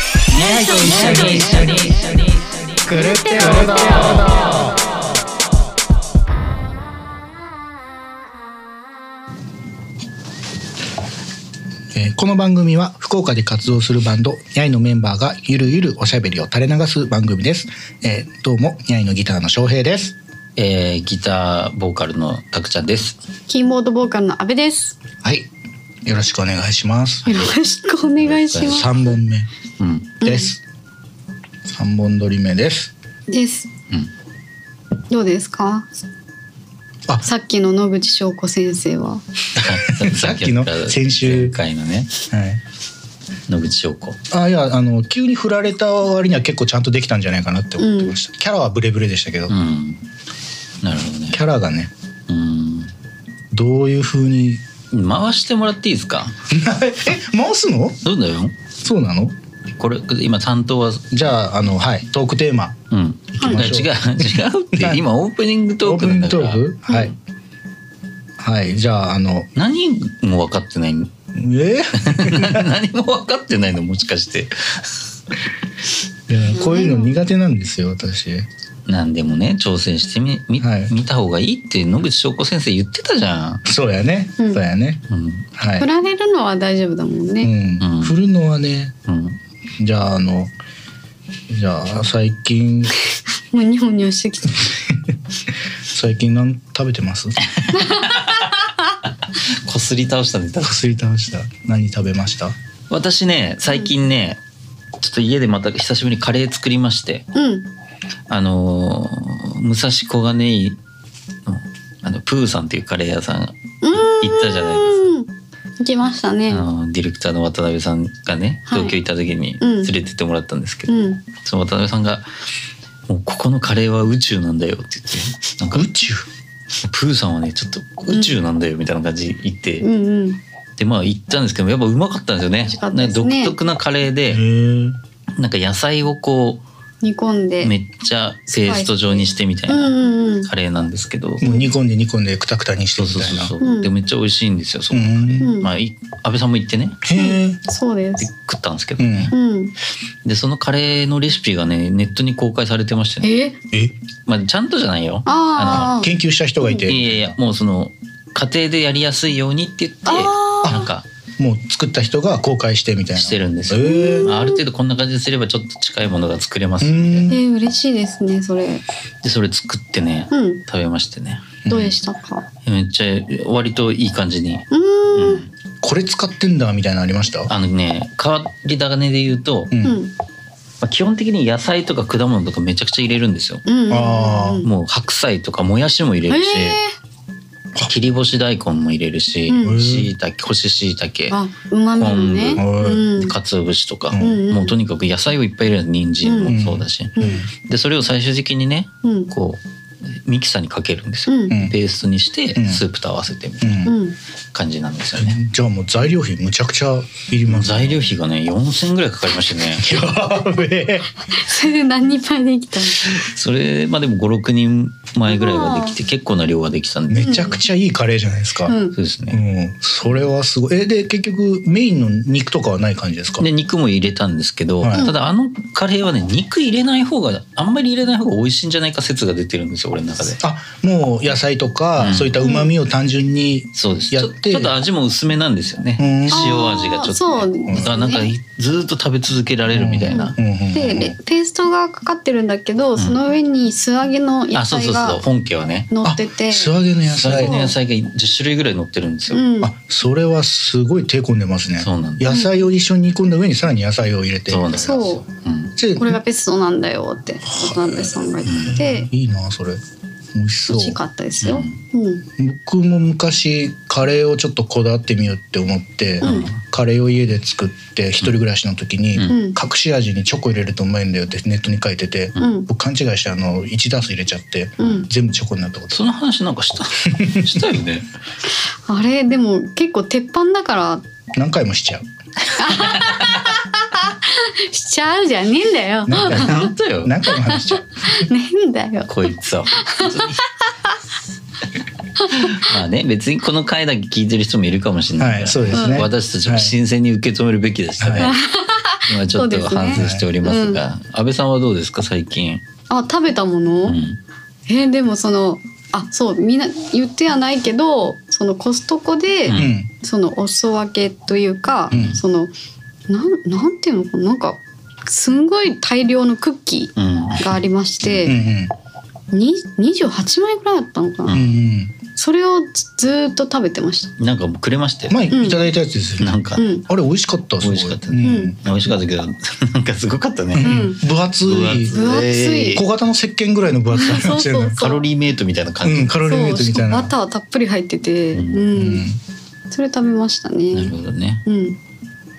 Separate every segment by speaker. Speaker 1: と一緒に一緒に
Speaker 2: 狂ってるのえーこの番組は福岡で活動するバンドニャイのメンバーがゆるゆるおしゃべりを垂れ流す番組です、えーどうもニャイのギターの翔平です
Speaker 3: えー、ギターボーカルのたくちゃんです。
Speaker 4: キーボードボーカルの阿部です。
Speaker 2: はいよろしくお願いします
Speaker 4: よろしくお願いしま
Speaker 2: 三本目
Speaker 3: うん、
Speaker 2: です三本撮り目です
Speaker 4: す。です。どうですか？
Speaker 2: あ
Speaker 4: さっきの野口翔子先生は。
Speaker 2: さっきの先週
Speaker 3: 前回のね
Speaker 2: はい
Speaker 3: 野口翔子。
Speaker 2: あいやあの急に振られた割には結構ちゃんとできたんじゃないかなって思ってました、キャラはブレブレでしたけど、
Speaker 3: うん、なるほどね
Speaker 2: キ。ャラがね
Speaker 3: うん
Speaker 2: どういう風に
Speaker 3: 回してもらっていいですか。
Speaker 2: え回すの
Speaker 3: どうだよ。
Speaker 2: そうなの
Speaker 3: これ今担当は。
Speaker 2: じゃああのはいトークテーマ
Speaker 3: うん。
Speaker 2: いき
Speaker 3: 違う
Speaker 2: ましょう、
Speaker 3: 違うって今オープニングトー
Speaker 2: オー
Speaker 3: ク
Speaker 2: プ
Speaker 3: な
Speaker 2: ニン
Speaker 3: んだ
Speaker 2: グ
Speaker 3: か
Speaker 2: トー
Speaker 3: ら
Speaker 2: クはい、はいじゃああの
Speaker 3: 何も分かってない な
Speaker 2: え
Speaker 3: 何も分かってないのもしかして
Speaker 2: いやこういうの苦手なんですよ私
Speaker 3: 何でもね挑戦してみみ、
Speaker 2: はい
Speaker 3: 見た方がいいって野口翔子先生言ってたじゃん、
Speaker 2: そうやね、
Speaker 4: うん
Speaker 2: そうやね
Speaker 3: うん
Speaker 2: はい
Speaker 4: 振、られるのは大丈夫だもん
Speaker 2: う
Speaker 4: ね。
Speaker 2: ん
Speaker 3: うん
Speaker 2: 振るのはね
Speaker 3: うん、
Speaker 2: じゃああのじゃあ最近
Speaker 4: もうニョニョしてきて。
Speaker 2: 最近何食べてます
Speaker 3: こすり倒したネタ
Speaker 2: こすり倒した何食べました
Speaker 3: 私ね最近ね、ちょっと家でまた久しぶりにカレー作りまして
Speaker 4: うん。
Speaker 3: あのー武蔵小金井のあのプーさんっていうカレー屋さん行ったじゃないですか。
Speaker 4: うん。行きましたね。
Speaker 3: あのディレクターの渡辺さんがね
Speaker 4: はい
Speaker 3: 東京行った時に
Speaker 4: うん
Speaker 3: 連れてってもらったんですけ
Speaker 4: う
Speaker 3: ど、
Speaker 4: ん。
Speaker 3: その渡辺さんが「もうここのカレーは宇宙なんだよ」って言ってなんか宇宙プーさんはねちょっと宇宙なんだよみたいな感じで言って、
Speaker 4: うんうん。
Speaker 3: でまあ行ったんですけどやっぱうまかったんですよね
Speaker 4: 美味しかったです
Speaker 3: なん
Speaker 4: ね
Speaker 3: か独特なカレーで、
Speaker 2: え
Speaker 3: なんか野菜をこ
Speaker 4: 煮込ん
Speaker 3: う
Speaker 4: で。
Speaker 3: めっちゃペースト状にしてみたい
Speaker 4: うん
Speaker 3: な
Speaker 4: うんうん。
Speaker 3: カレーなんですけど、
Speaker 2: もう煮込んで煮込んでクタクタにして
Speaker 3: そう
Speaker 2: み
Speaker 3: そう
Speaker 2: たいな
Speaker 3: そうそう、
Speaker 4: うん
Speaker 3: でめっちゃ美味しいんですよそうこのカレー
Speaker 2: ん
Speaker 4: うん
Speaker 3: まあい安倍さんも行ってね
Speaker 2: へえ
Speaker 4: そうで。
Speaker 3: です食ったんですけ
Speaker 2: う
Speaker 3: ど、
Speaker 2: ん
Speaker 4: うん。
Speaker 3: でそのカレーのレシピがねネットに公開されてましてね、
Speaker 4: え？
Speaker 2: え
Speaker 3: まあ、ちゃんとじゃないよ
Speaker 4: あー
Speaker 2: 研究した人がい
Speaker 3: いや
Speaker 2: て
Speaker 3: いやいやもうその家庭でやりやすいようにって言って
Speaker 4: あー
Speaker 3: なんか
Speaker 2: もう作った人が公開してみたいな
Speaker 3: してるんですよ、
Speaker 2: え
Speaker 3: まあある程度こんな感じにすればちょっと近いものが作れま
Speaker 2: う
Speaker 3: す
Speaker 2: ー
Speaker 3: んで
Speaker 4: え
Speaker 2: ん
Speaker 4: ー、嬉しいですねそれ。
Speaker 3: でそれ作ってね
Speaker 4: うん。
Speaker 3: 食べましてね
Speaker 4: どうでしたか。
Speaker 3: めっちゃ割といい感じに
Speaker 4: うん。
Speaker 2: これ使ってんだみたいなのありました
Speaker 3: あのね変わり種で言うと、
Speaker 2: う
Speaker 3: ま
Speaker 4: うんん。
Speaker 3: あ、基本的に野菜とか果物とかめちゃくちゃ入れるんですよ、
Speaker 4: うん。
Speaker 2: あー
Speaker 3: もう白菜とかもやしも入
Speaker 4: え
Speaker 3: れるし、
Speaker 4: え
Speaker 3: 切り干し大根も入れるし、
Speaker 4: うん
Speaker 3: しいたけ干ししいたけ
Speaker 4: あ、うまみのね。
Speaker 2: 昆布
Speaker 4: うん
Speaker 3: かつお節とか、
Speaker 2: うん
Speaker 4: うん
Speaker 3: もうとにかく野菜をいっぱい入れる人参もそうだし、
Speaker 4: うん
Speaker 3: でそれを最終的にね
Speaker 4: うん
Speaker 3: こうミキサーにかけるんです
Speaker 4: う
Speaker 3: よ、
Speaker 4: ん
Speaker 2: うん
Speaker 3: ペーストにして
Speaker 2: うん
Speaker 3: スープと合わせてみた
Speaker 2: う
Speaker 3: いなん
Speaker 4: うん
Speaker 3: 感じなんですよね、
Speaker 2: じゃあもう材料費むちゃくちゃいります
Speaker 3: 材料費がね4,000ぐらいかかりましたね
Speaker 2: やべえ
Speaker 4: それで何人前できた
Speaker 3: それまあでも56人前ぐらいはできて結構な量ができたんで、
Speaker 2: めちゃくちゃいいカレーじゃないですか
Speaker 4: の？う
Speaker 3: そう。
Speaker 4: ん
Speaker 3: です
Speaker 2: う
Speaker 3: ね、
Speaker 2: んそれはすごいえで結局メインの肉とかはない感じですか
Speaker 3: で肉も入れたんですけど、
Speaker 2: はい
Speaker 3: ただあのカレーはね肉入れない方があんまり入れない方が美味しいんじゃないか説が出てるんですよ俺の中で
Speaker 2: あもう野菜とか、
Speaker 3: うん
Speaker 2: そういった旨味を単純に、
Speaker 3: そうですち
Speaker 2: やっ
Speaker 3: ょ
Speaker 2: て
Speaker 3: ちょっと味も薄めなんですよね
Speaker 2: うん
Speaker 3: 塩味がちょっと、ね、
Speaker 4: そうですね
Speaker 3: だからなんかずーっと食べ続けられるみたいな、
Speaker 2: うんうんうん
Speaker 4: でレペーストがかかってるんだけど、その上に素揚げの野
Speaker 3: あそう
Speaker 4: 菜
Speaker 3: そうそう
Speaker 4: が
Speaker 3: 本家はね
Speaker 4: 乗ってて
Speaker 2: あ、素揚げの野
Speaker 3: 素揚
Speaker 2: 菜
Speaker 3: げの野菜が10種類ぐらい乗ってるんですよ、
Speaker 4: うん、
Speaker 2: あそれはすごい手込んでますね
Speaker 3: そうなんです
Speaker 2: 野菜を一緒に煮込んだ上にさらに野菜を入れて
Speaker 3: そうなんですよ
Speaker 4: そ
Speaker 3: うん
Speaker 2: で
Speaker 4: これがペーストなんだよって渡辺さんが言って
Speaker 2: いいなそれ美味し
Speaker 4: 美
Speaker 2: そう
Speaker 4: 味しかったですよ。うん、
Speaker 2: 僕も昔カレーをちょっとこだわってみようって思って、
Speaker 4: ん
Speaker 2: カレーを家で作って一人暮らしの時に、
Speaker 3: うん
Speaker 2: 隠し味にチョコ入れるとうまいんだよってネットに書いてて、
Speaker 4: うん、
Speaker 2: 僕勘違いしてあの1ダース入れちゃって、
Speaker 4: うん
Speaker 2: 全部チョコになったこと
Speaker 3: その話なんかしたしたよ ね
Speaker 4: あれでも結構鉄板だから
Speaker 2: 何回もしちゃう
Speaker 4: しちゃうじゃねえんだよ。ね
Speaker 2: 何回も
Speaker 3: 本 当よ
Speaker 2: 何回も話しちゃう
Speaker 4: えんだよ。
Speaker 3: こいつは本当にまあね別にこの回だけ聞いてる人もいるかもしれないから、
Speaker 2: はいそうですね
Speaker 3: 私たちも新鮮に受け止めるべきでしたね、
Speaker 2: はい
Speaker 3: 今ちょっと
Speaker 4: そうですね
Speaker 3: 反省しておりますが、安倍さんはどうですか最近、
Speaker 4: あ食べたもの、
Speaker 3: うん
Speaker 4: えーでもそのあそうみんな言ってはないけどそのコストコで、
Speaker 3: うん
Speaker 2: うん
Speaker 4: そのお裾分けというか、
Speaker 2: うん
Speaker 4: そのなんなんていうのかななんかすんごい大量のクッキ
Speaker 3: うん
Speaker 4: ーがありまし
Speaker 2: うん
Speaker 4: て、に28枚ぐらいあったのかな、
Speaker 2: うんうん
Speaker 4: それをずずーっと食べてまし
Speaker 3: なんかもうくれましたよ、
Speaker 2: 前いただいたやつですよ
Speaker 3: な
Speaker 2: ね
Speaker 3: んか、
Speaker 4: た。うん
Speaker 2: あれ美味しかったすごい
Speaker 3: 美味しかった
Speaker 2: う
Speaker 3: ね
Speaker 2: ん
Speaker 3: 美味しかったけどなんかすごかったね、
Speaker 2: うん分厚
Speaker 3: 分
Speaker 2: い
Speaker 3: 厚
Speaker 4: 分厚い
Speaker 2: 小型の石鹸ぐらいの分厚さになっちゃうよね
Speaker 4: そう
Speaker 3: カロリーメイトみたいな感じ、
Speaker 2: うんカロリーメイトみたい
Speaker 4: そうしかも
Speaker 2: な
Speaker 4: バターたっぷり入ってて、
Speaker 3: う
Speaker 4: うんんそれ食べました
Speaker 3: なる
Speaker 4: ね。
Speaker 3: ほどね
Speaker 4: うん、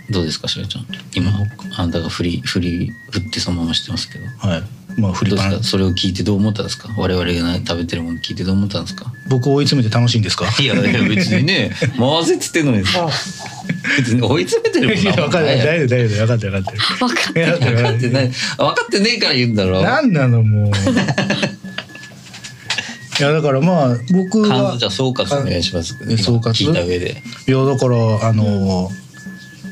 Speaker 3: どうですかしおちゃん今あなたが振り振り振ってそのまましてますけど
Speaker 2: はいまあフ
Speaker 3: ど
Speaker 2: リ
Speaker 3: うです
Speaker 2: パン
Speaker 3: かそれを聞いてどう思ったんですか我々が食べてるもの聞いてどう思ったんですか
Speaker 2: 僕を追い詰めて楽しいんですか
Speaker 3: いやいや別に ね回せっつってんのにさ別に追い詰めてるもん
Speaker 2: いや分かんない
Speaker 3: 分
Speaker 2: 大丈夫大丈夫分かってる分かってる
Speaker 4: 分かっ
Speaker 2: いや分かってる分か
Speaker 3: か
Speaker 2: っ
Speaker 3: ってて
Speaker 2: る
Speaker 3: ない分かってねえから言うんだろ
Speaker 2: なんな のもういやだからまあ僕
Speaker 3: 感
Speaker 2: は
Speaker 3: 想じゃあ総括お願いします
Speaker 2: え総括
Speaker 3: 聞いた上で、
Speaker 2: いやだからあの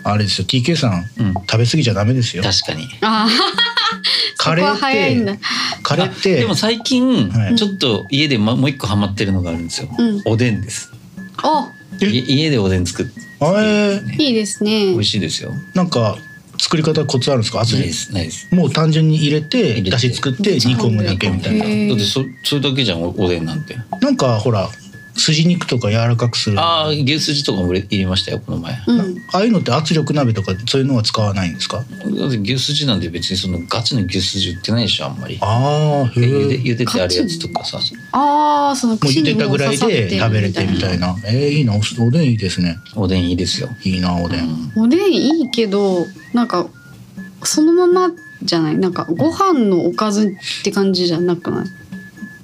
Speaker 2: あれですよ TK さん
Speaker 3: うん、
Speaker 2: 食べ過ぎちゃダメですよ
Speaker 3: 確かに
Speaker 4: あ
Speaker 2: カレ
Speaker 4: そ
Speaker 2: ー
Speaker 4: こは早いん
Speaker 2: っ
Speaker 4: だ
Speaker 2: てカレーっ
Speaker 3: あ
Speaker 2: て
Speaker 3: でも最近、
Speaker 2: はい
Speaker 3: ちょっと家で、ま、もう一個ハマってるのがあるんですよ、
Speaker 4: うん
Speaker 3: おでんです
Speaker 4: あ、お
Speaker 2: え
Speaker 3: い家でおでん作って
Speaker 2: あれ
Speaker 4: いいですね
Speaker 3: 美味。しいですよ
Speaker 2: なんか作り方コツあるんですか厚
Speaker 3: ない
Speaker 2: い
Speaker 3: ですないです
Speaker 2: もう単純に入れて
Speaker 3: 入れて
Speaker 2: だし作って煮込むだけみたいな
Speaker 4: へー
Speaker 3: だってそそれだけじゃんおおでんなんて
Speaker 2: なんかほら筋肉とか柔らかくするあ
Speaker 3: ああ牛すじとかも入れ入れましたよこの前
Speaker 4: うん、
Speaker 2: あいうのって圧力鍋とかそういうのは使わないんですか
Speaker 3: だって牛すじなんて別にそのガチの牛すじ売ってないでしょあんまり
Speaker 2: ああへ
Speaker 3: で茹で
Speaker 2: え
Speaker 3: 茹でてあるやつとかさ
Speaker 4: ああ、その
Speaker 2: もう
Speaker 4: 口
Speaker 2: 茹で
Speaker 4: に
Speaker 2: たぐらいで食べれてみたいなえー、いいなおおでんいいですね
Speaker 3: おでんいいですよ、
Speaker 2: いいなおでん、
Speaker 4: おでんいいけどなんかそのままじゃないなんかご飯のおかずって感じじゃなくない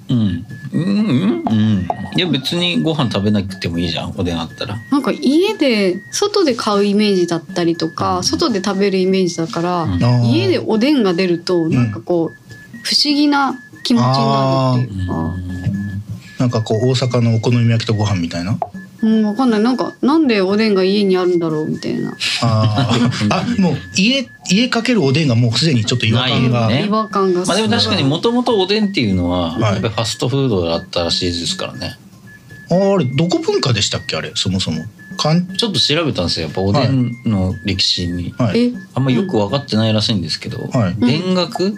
Speaker 3: うん、うんうんうんいや別にご飯食べなくてもいいじゃんおでんあったら
Speaker 4: なんか家で外で買うイメージだったりとか、
Speaker 3: うん
Speaker 4: 外で食べるイメージだから、
Speaker 3: うん
Speaker 2: あー
Speaker 4: 家でおでんが出ると
Speaker 2: ん
Speaker 4: なんかこう、不思議な気持ちになるっていうか、
Speaker 2: なんかこう大阪のお好み焼きとご飯みたいな
Speaker 4: うん、わかんないなんかなんでおでんが家にあるんだろうみたいな
Speaker 2: あ ーあもう家家かけるおでんがもうすでにちょっと違和感
Speaker 3: な
Speaker 2: が、
Speaker 3: いよね
Speaker 4: 違和感がす
Speaker 3: まあ
Speaker 4: ごい
Speaker 3: でも確かにもともとおでんっていうのは、
Speaker 2: はい
Speaker 3: やっぱりファストフードだったらしいですからね
Speaker 2: あーあれどこ文化でしたっけあれそもそもかん
Speaker 3: ちょっと調べたんですよやっぱおでんの歴史に、
Speaker 2: はい
Speaker 4: え
Speaker 3: あんまよく分かってないらしいんですけど、
Speaker 2: はい
Speaker 4: ん
Speaker 3: 田楽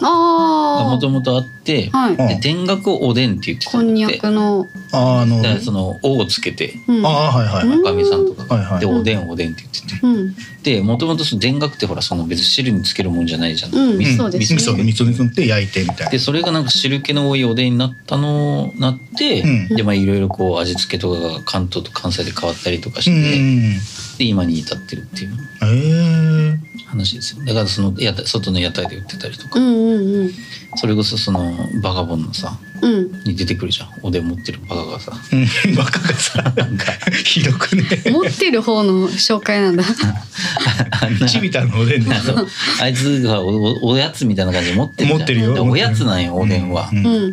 Speaker 3: が
Speaker 4: あ
Speaker 3: もともとあって、
Speaker 4: あは
Speaker 2: う
Speaker 4: い
Speaker 2: ん
Speaker 3: で田楽をおでんって言ってた
Speaker 4: こ
Speaker 3: ん
Speaker 4: んに
Speaker 3: だっ
Speaker 4: ゃ
Speaker 3: て
Speaker 4: くの、
Speaker 2: あーあの
Speaker 3: だからその「お」をつけて
Speaker 4: うん、
Speaker 2: ああはいはい、
Speaker 4: うん
Speaker 3: おかみさんとかが、
Speaker 2: はいはい
Speaker 3: で「おでんおでん」って言ってて
Speaker 4: うん
Speaker 3: でもともとその田楽ってほらその別に汁につけるもんじゃないじゃん、
Speaker 4: うん
Speaker 3: 味噌
Speaker 4: そうです
Speaker 2: 味
Speaker 4: ね
Speaker 2: 噌味噌に塗って焼いてみたいな
Speaker 3: でそれがなんか汁気の多いおでんになったのなって、
Speaker 2: うん
Speaker 3: でまあいろいろこう味付けとかが関東と関西で変わったりとかし
Speaker 2: う
Speaker 3: て、
Speaker 2: んうん
Speaker 3: で今に至ってるっていう
Speaker 2: うんへえ
Speaker 3: 話ですよだからその屋台外の屋台で売ってたりとか、
Speaker 4: うんうん
Speaker 3: それこそそのバカボンのさ
Speaker 4: うんうん
Speaker 3: に出てくるじゃんおでん持ってるバカが さ
Speaker 2: うんバカがさなんかひどくね
Speaker 4: 持ってる方の紹介なんだ
Speaker 3: あんな
Speaker 2: ちびたのおでんで
Speaker 3: あのあいつがおおおやつみたいな感じで持ってるじゃん
Speaker 2: 持ってるよ
Speaker 3: でおやつなんよおでんは、
Speaker 2: う
Speaker 4: うん
Speaker 2: うん
Speaker 4: ん
Speaker 3: っ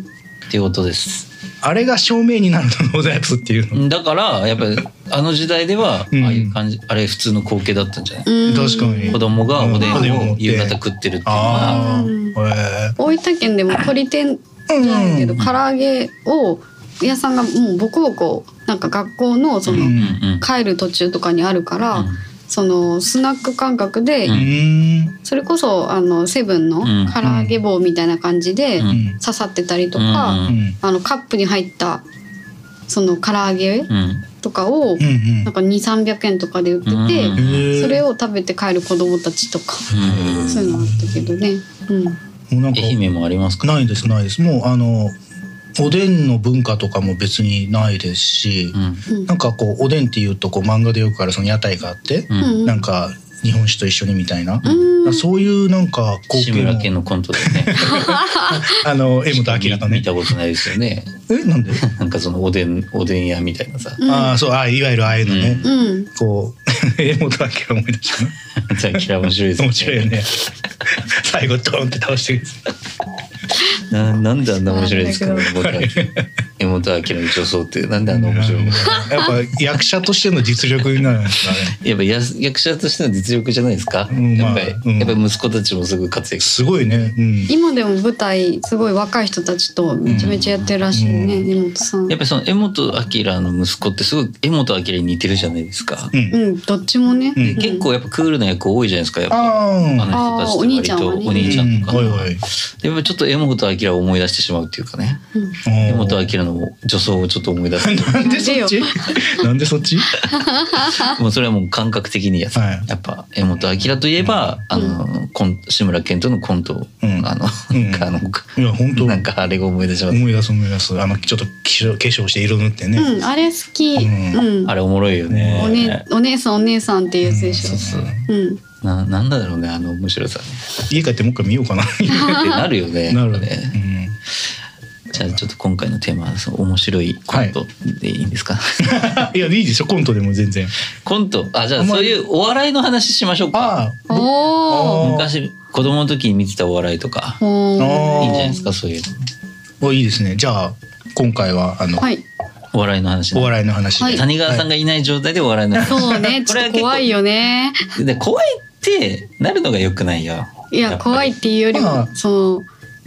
Speaker 3: ていうことです
Speaker 2: あれが証明になるのおやつっていうの
Speaker 3: だからやっぱりあの時代では
Speaker 2: うん
Speaker 3: ああいう感じ、あれ普通の光景だったんじゃない、
Speaker 4: うん
Speaker 2: 確かに
Speaker 3: 子供がおで
Speaker 2: うんおでん
Speaker 3: ん
Speaker 2: を持
Speaker 3: を
Speaker 2: って
Speaker 3: 夕方食ってるっていうのは
Speaker 2: ああ
Speaker 4: うん
Speaker 2: へ
Speaker 4: 大分県でも鳥天
Speaker 2: え
Speaker 4: じゃないけど、
Speaker 2: うん
Speaker 4: 唐揚げを屋さんがもうボコボコなんか学校のその、
Speaker 2: うん
Speaker 3: うん
Speaker 4: 帰る途中とかにあるから、そのスナック感覚で、
Speaker 3: うん
Speaker 2: うん
Speaker 4: それこそあのセブンの
Speaker 3: うん
Speaker 4: 唐揚げ棒みたいな感じで
Speaker 3: うん
Speaker 2: うん
Speaker 4: 刺さってたりとか、
Speaker 3: うん
Speaker 2: うん
Speaker 4: あのカップに入ったその唐揚げ
Speaker 3: うん
Speaker 4: とかを
Speaker 2: うんうん
Speaker 4: なんか2 3 0 0円とかで売ってて、
Speaker 3: うん
Speaker 2: へえ
Speaker 4: それを食べて帰る子供たちとか、
Speaker 3: うん
Speaker 4: そういうのあったけどね。うん
Speaker 2: もうなんか
Speaker 3: 愛媛もありますか
Speaker 2: ないですないですもうあのおでんの文化とかも別にないですし
Speaker 3: う、ん
Speaker 4: うん
Speaker 2: なんかこうおでんっていうとこう漫画でよくあるその屋台があって、
Speaker 3: う
Speaker 4: うんん
Speaker 2: なんか日本酒と一緒にみたいな、
Speaker 4: うん
Speaker 2: そういうなんか光
Speaker 3: 志
Speaker 2: 景
Speaker 3: 村けん
Speaker 2: も
Speaker 3: のコントでね
Speaker 2: あの柄本明と
Speaker 3: 見
Speaker 2: ね
Speaker 3: たことないですよね
Speaker 2: えなんで、
Speaker 3: なんかそのおでんおでん屋みたいなさ
Speaker 4: うん
Speaker 2: ああそうああいわゆるああいうのね、
Speaker 4: うん、
Speaker 2: こう 柄本明思い出したな
Speaker 3: じゃあキラ面白いです
Speaker 2: 面白いよね最後ドーンって倒してくる
Speaker 3: ななんであんな面白いんですかね僕は根本明の女装ってなんであんな面白いの
Speaker 2: やっぱ役者としての実力なんですかね。
Speaker 3: やっぱやす役者としての実力じゃないですか、
Speaker 2: うん
Speaker 3: やっ
Speaker 2: まあ
Speaker 3: ぱり、
Speaker 2: うん
Speaker 3: やっぱり息子たちもすぐ活躍
Speaker 2: すごいね。うん。
Speaker 4: 今でも舞台すごい若い人たちとめちゃめちゃやってるらしいね、
Speaker 2: うん
Speaker 4: 根本さん
Speaker 3: やっぱりその江本明の息子ってすごい江本明に似てるじゃないですか、
Speaker 2: うん。
Speaker 4: うんどっちもね、
Speaker 2: う
Speaker 3: で
Speaker 2: ん
Speaker 3: 結構やっぱクールな役多いじゃないですかやっぱあ
Speaker 2: ああ。
Speaker 3: の人たちって割と
Speaker 4: あー
Speaker 3: お
Speaker 4: お
Speaker 3: 兄
Speaker 4: 兄
Speaker 3: ち
Speaker 4: ち
Speaker 3: ゃんとか、
Speaker 2: うんはいはい。
Speaker 3: やっぱりちょっと江本明を思い出してしまうっていうかね
Speaker 4: うん
Speaker 3: 江
Speaker 2: 根
Speaker 3: 本明の女装をちょっと思い出 す
Speaker 2: なんでそっち？なんでそっち？
Speaker 3: もうそれはもう感覚的にやつ、
Speaker 2: はい
Speaker 3: やっぱ江本明といえば、あのコン志村けんとのコント、
Speaker 2: うん
Speaker 3: あの、
Speaker 2: う
Speaker 3: な
Speaker 2: ん
Speaker 3: んかあの
Speaker 2: いや本当。
Speaker 3: なんかあれが思い出します、
Speaker 2: 思い出す思い出す。あのちょっと化粧化粧して色塗ってね。
Speaker 4: うんあれ好き、
Speaker 2: う
Speaker 4: うん
Speaker 3: あれおもろいよね
Speaker 4: おねお姉さんお姉さんっていう選手
Speaker 2: そうそう
Speaker 4: うん
Speaker 3: ななんだろうねあの面白さね
Speaker 2: 家帰ってもう一回見ようかな。
Speaker 3: ってなるよね
Speaker 2: なる
Speaker 3: やっぱ
Speaker 2: ね。
Speaker 3: ねじゃあちょっと今回のテーマはその面白いコントでいいんですか、
Speaker 2: うんい やいいでしょコントでも全然。
Speaker 3: コントあじゃあ
Speaker 2: あんま
Speaker 3: そう
Speaker 2: り
Speaker 3: いうお笑いの話しましょうか
Speaker 2: ああ。
Speaker 4: お
Speaker 2: あ
Speaker 4: ー
Speaker 3: 昔子供の時に見てたお笑いとか
Speaker 4: お
Speaker 2: あー
Speaker 4: ー
Speaker 3: いいんじゃないですかそういう
Speaker 2: おいいですね。じゃあ今回はあの
Speaker 4: はい
Speaker 3: お笑いの話、
Speaker 2: お笑いの話
Speaker 4: は
Speaker 2: で。
Speaker 4: い
Speaker 3: 谷川さんがいない状態でお笑いの話、
Speaker 4: そうね
Speaker 3: こ
Speaker 4: ち
Speaker 3: れ
Speaker 4: ょ
Speaker 3: は結構
Speaker 4: っと怖いよね
Speaker 3: で怖いってなるのが良くないよ
Speaker 4: いや怖いっていうより
Speaker 2: あ
Speaker 4: も
Speaker 2: ー
Speaker 4: その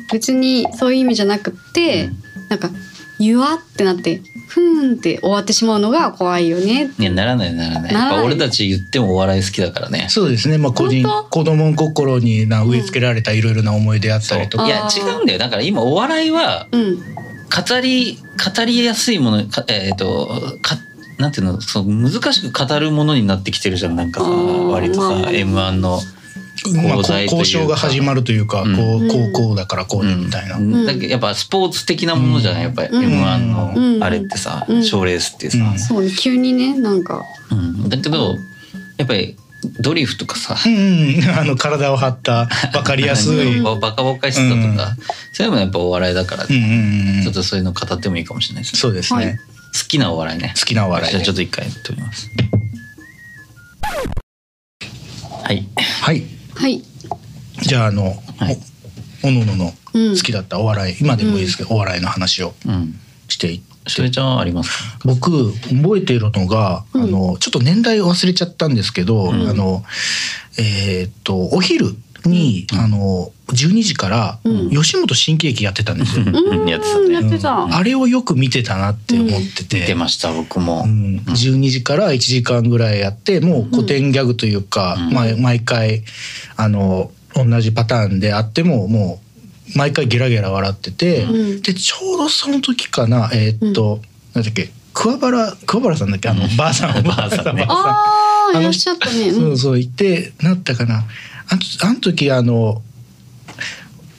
Speaker 4: 別にそういう意味じゃなくって、
Speaker 3: うん
Speaker 4: なんか「ゆわ」ってなって「ふーん」って終わってしまうのが怖いよね
Speaker 3: いやならないならない
Speaker 4: ならない
Speaker 3: やっぱ俺たち言ってもお笑い好きだからね
Speaker 2: そうですね。まあ個人
Speaker 4: 本当
Speaker 2: 子供心にな植え付けられたいろいろな思い出あったりと
Speaker 3: そ
Speaker 2: か。
Speaker 3: ういや
Speaker 4: あ
Speaker 3: 違
Speaker 4: ー
Speaker 3: うんだよだから今お笑いは
Speaker 4: うん
Speaker 3: 語り語りやすいものかえっ、とかなんていうのその難しく語るものになってきてるじゃんなんかさ
Speaker 4: あー
Speaker 3: 割と
Speaker 4: ま
Speaker 3: さ
Speaker 4: あ
Speaker 3: m 1の、
Speaker 2: まあこ
Speaker 3: 功
Speaker 2: う
Speaker 3: 罪というか
Speaker 2: 交渉が始まるというか、
Speaker 3: うん
Speaker 2: こうこ
Speaker 4: う
Speaker 2: うんこうだからこうでみたいな。
Speaker 3: うん
Speaker 4: うん
Speaker 3: だけどやっぱスポーツ的なものじゃないやっぱり
Speaker 4: うん
Speaker 3: m 1
Speaker 4: うん
Speaker 3: のあれってさ
Speaker 4: うん
Speaker 3: 賞、レースってさ、
Speaker 2: う
Speaker 4: そうね急にねなんか
Speaker 3: うんだけどやっぱりドリフとかさ
Speaker 2: うん、 あの体を張ったわかりやすい。う
Speaker 3: なん
Speaker 2: ん
Speaker 3: かバカバカしさと
Speaker 2: うん
Speaker 3: か、そういうのもやっぱお笑いだから、
Speaker 2: うんうん
Speaker 3: ちょ
Speaker 2: うん
Speaker 3: っ。とそういうの語ってもいいかもしれないですね
Speaker 2: そうですね。
Speaker 4: はい
Speaker 3: 好きなお笑いね
Speaker 2: 好きなお笑い
Speaker 3: じゃあ
Speaker 2: で。
Speaker 3: ちょっと一回やってみますはい
Speaker 2: はい。
Speaker 4: はい、
Speaker 2: じゃああの、
Speaker 3: はい
Speaker 2: おおののの
Speaker 4: うん、
Speaker 2: 好きだったお笑い、今でもいいですけど、お笑いの話を
Speaker 3: うん
Speaker 2: してい。
Speaker 3: しめちゃんはありますか
Speaker 2: 僕覚えているのが、
Speaker 4: うん
Speaker 2: あのちょっと年代忘れちゃったんですけど、
Speaker 3: うん
Speaker 2: あのえーっとお昼に、
Speaker 3: うん
Speaker 2: あの12時から
Speaker 4: うん
Speaker 2: 吉本新喜劇やってたんですよ。
Speaker 4: うん
Speaker 3: やってたね
Speaker 4: やってた
Speaker 2: うんあれをよく見てたなって思ってて、
Speaker 3: 見てました僕も、
Speaker 2: うん、12時から1時間ぐらいやってもう古典ギャグというか、
Speaker 3: うん
Speaker 2: まあ毎回あの同じパターンであってももう毎回ゲラゲラ笑ってて、
Speaker 4: うん
Speaker 2: でちょうどその時かなえーっと、なんだっけ桑原桑原さんだっけあのばあさん
Speaker 3: ばあさんね
Speaker 2: ばあさん
Speaker 4: あ
Speaker 2: あ
Speaker 4: ー
Speaker 2: の
Speaker 4: いらっしゃったね
Speaker 2: そううんそういてなったかなあのあの時あの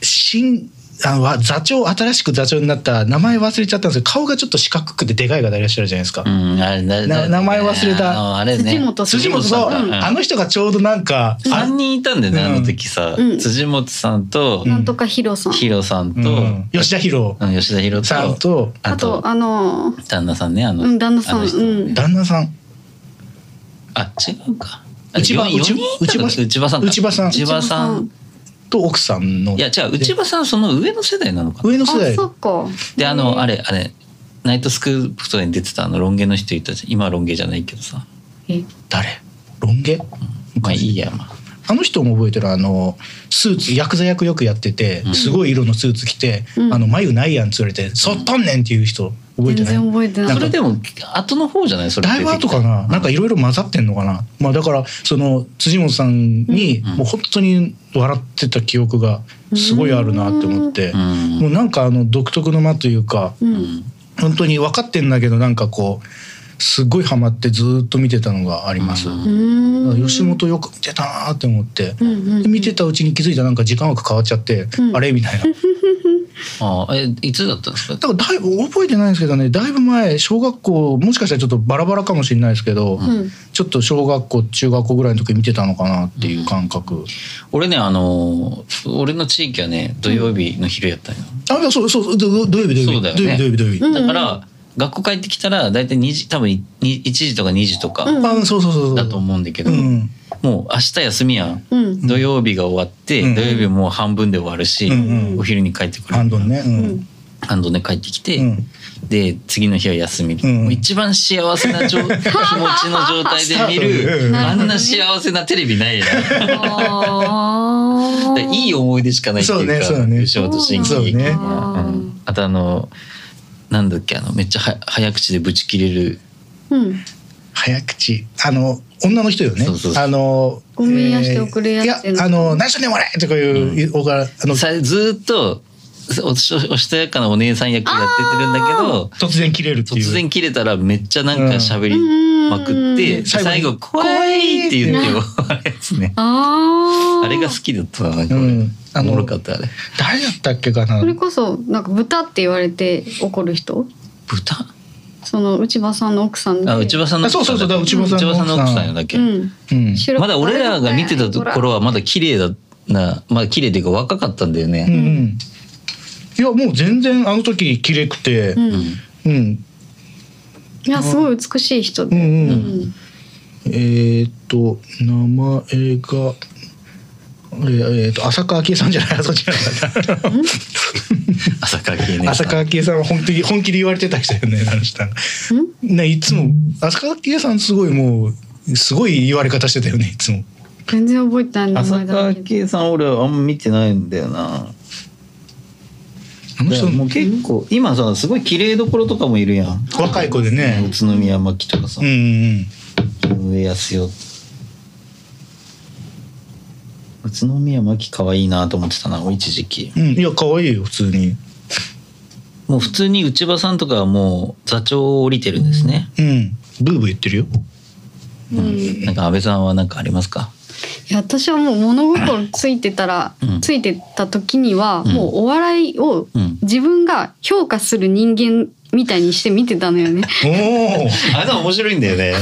Speaker 2: 新あのわ座長新しく座長になった名前忘れちゃったんですけど顔がちょっと四角くてでかい方いらっしゃるじゃないですか。
Speaker 3: うんあれな
Speaker 2: な名前忘れた
Speaker 3: あのあれね
Speaker 4: 辻元さん
Speaker 2: 辻本
Speaker 3: さ
Speaker 2: さ
Speaker 3: ん
Speaker 2: ん、
Speaker 3: うん
Speaker 2: あの人がちょうどなんか、あ
Speaker 3: 3人いたんだよね、
Speaker 2: うん
Speaker 3: あの時さ、
Speaker 4: うん
Speaker 3: 辻元さんと、
Speaker 4: なんとかヒロさん、
Speaker 3: ヒロさんと、
Speaker 2: うん吉田博
Speaker 3: うん吉田ヒロと
Speaker 2: さんと
Speaker 3: あ
Speaker 4: あ
Speaker 3: と
Speaker 4: とあのー
Speaker 3: 旦那さんねあの、
Speaker 4: うん旦那さん
Speaker 3: あの人ね
Speaker 4: うん
Speaker 2: 旦那さん
Speaker 3: あ違うか
Speaker 2: 内場
Speaker 3: あ四人
Speaker 2: 内内場
Speaker 3: 四人いたのか内場さ
Speaker 2: 内場さ
Speaker 3: ん
Speaker 2: ん
Speaker 3: か内場さん
Speaker 2: と奥さんの
Speaker 3: いや違う内場さんその上の世代なのかな
Speaker 2: 上の世
Speaker 4: あ
Speaker 2: 代
Speaker 4: そっか
Speaker 3: であ
Speaker 4: へー
Speaker 3: のあれあれナイトスクープとかに出てたあのロン毛の人いたじゃん今はロン毛じゃないけどさ
Speaker 4: え
Speaker 2: 誰ロン毛
Speaker 3: まあいいやまあ
Speaker 2: あの人も覚えてるあのスーツヤクザ役よくやってて、
Speaker 3: うん
Speaker 2: すごい色のスーツ着て、
Speaker 4: うん
Speaker 2: あの眉ないやんつれて「そっとんねん」っていう人覚えて
Speaker 4: 全
Speaker 2: ない
Speaker 4: 然覚えてない
Speaker 3: それでも後の方じゃないそれ
Speaker 2: だいぶ後かな、なんかいろいろ混ざってんのかな、まあだからその辻元さんに
Speaker 3: うん
Speaker 2: もう本当に笑ってた記憶がすごいあるなって思って、
Speaker 3: うん
Speaker 2: もうなんかあの独特の間というか
Speaker 4: う
Speaker 3: うんん
Speaker 2: 本当に分かってんだけどなんかこうすごいハマってずーっと見てたのがあります、
Speaker 3: うん
Speaker 4: うーん
Speaker 2: 吉本よく見てたなーって思って、
Speaker 4: うんうん
Speaker 2: で見てたうちに気づいたらなんか時間枠変わっちゃって、
Speaker 4: うん
Speaker 2: あれみたいな
Speaker 3: ああえいつだったんですか
Speaker 2: だからだいぶ覚えてないんですけどねだいぶ前小学校もしかしたらちょっとバラバラかもしれないですけど、
Speaker 4: うん
Speaker 2: ちょっと小学校中学校ぐらいの時見てたのかなっていう感覚、
Speaker 3: 俺ねあの俺の地域はね土曜日の昼やったんよ、
Speaker 2: あいやそうそうそうどど土曜日土
Speaker 3: そ
Speaker 2: 曜
Speaker 3: うだよ
Speaker 2: 日、
Speaker 3: ね
Speaker 2: 土曜日土曜日土曜
Speaker 4: うん
Speaker 3: だから学校帰ってきたら大体2時多分に1時とか2時とか
Speaker 4: うん
Speaker 2: 日、あそうそうそうそう
Speaker 3: だと思うんだけど、
Speaker 2: うん
Speaker 3: もう明日休みやん
Speaker 4: うん
Speaker 3: 土曜日が終わって、
Speaker 2: うん
Speaker 3: 土曜日もう半分で終わるし、
Speaker 2: うん
Speaker 4: うん
Speaker 3: お昼に帰ってくる
Speaker 2: ハンドンね、うん
Speaker 4: うん
Speaker 3: ハンドで帰ってきて、
Speaker 2: うん
Speaker 3: で次の日は休み、
Speaker 2: うん
Speaker 3: もう一番幸せな 状気持ちの状態で見る
Speaker 2: うん
Speaker 3: あんな幸せなテレビないな
Speaker 4: あ
Speaker 3: でいい思い出しかないっていうか
Speaker 2: そうねそうね
Speaker 3: 吉本新喜劇
Speaker 2: そうね
Speaker 3: うんあとあのなんだっけあのめっちゃは早口でブチ切れる
Speaker 4: うん
Speaker 2: 早口あの女の人よね
Speaker 3: そうそうそう
Speaker 2: あの
Speaker 4: ごめんやしておくれやって
Speaker 2: い
Speaker 4: んの
Speaker 2: やあの何しろねもらえとかいう、おからあの
Speaker 3: さずーっとおしおしとやかなお姉さん役やっててるんだけど
Speaker 2: 突然切れるっていう
Speaker 3: 突然切れたらめっちゃなんか喋りまくって、
Speaker 4: うん
Speaker 3: 最後
Speaker 2: 最後に
Speaker 3: 怖いって言って終わるやつね。
Speaker 4: あー
Speaker 3: あれが好きだったななんか
Speaker 2: う
Speaker 3: 俺、
Speaker 2: んあ
Speaker 3: お
Speaker 2: の
Speaker 3: もろかったあれ。
Speaker 2: 誰だったっけかな
Speaker 4: それこそなんか豚って言われて怒る人
Speaker 3: 豚
Speaker 4: その内場さんの奥さんで
Speaker 3: あ内場さんの
Speaker 2: あそうそうそう
Speaker 3: だっけ
Speaker 2: 内場さん
Speaker 3: 内場
Speaker 2: の奥さん
Speaker 3: の奥さんやだっけ、
Speaker 4: うん
Speaker 2: うん
Speaker 4: 白
Speaker 3: まだ俺らが見てたところはまだ綺麗だなまだ綺麗っていうか若かったんだよ
Speaker 2: うんう
Speaker 3: ね。
Speaker 2: んいやもう全然あの時きれくて
Speaker 4: うん、
Speaker 3: うん
Speaker 4: い
Speaker 2: うん
Speaker 4: やすごい美しい人
Speaker 2: うんう
Speaker 4: で、
Speaker 2: ん、
Speaker 4: うん
Speaker 2: えーっと名前がえーえーっと浅川明恵さんじゃない そっちじゃなかった
Speaker 3: 浅川系ね。
Speaker 2: 浅川明恵さんは本当に本気で言われてた人よねあの人ねいつも浅川明恵さんすごいもうすごい言われ方してたよねいつも
Speaker 4: 全然覚えてない名
Speaker 3: 浅
Speaker 4: 前
Speaker 3: 川
Speaker 4: だけど
Speaker 3: 系さん俺はあんま見てないんだよな。
Speaker 2: あの
Speaker 3: だか
Speaker 2: 人
Speaker 3: らもう結構今さすごい綺麗どころとかもいるやん。
Speaker 2: 若い子でね
Speaker 3: 宇都宮真紀とかさ
Speaker 2: うん、うん
Speaker 3: 上安代。宇都宮真紀可愛いなと思ってたな一時期。
Speaker 2: うんいや可愛いよ普通に
Speaker 3: もう普通に内場さんとかはもう座長を降りてるんですね。
Speaker 2: うんブーブー言ってるよ
Speaker 4: うんい
Speaker 3: なんか安倍さんは何かありますか。
Speaker 4: や私はもう物心ついてたら、
Speaker 3: うん
Speaker 4: ついてた時には、
Speaker 3: うん
Speaker 4: もうお笑いを
Speaker 3: うん
Speaker 4: 自分が評価する人間みたいにして見てたのよね。
Speaker 2: おお
Speaker 3: あれさ面白いんだよ ね。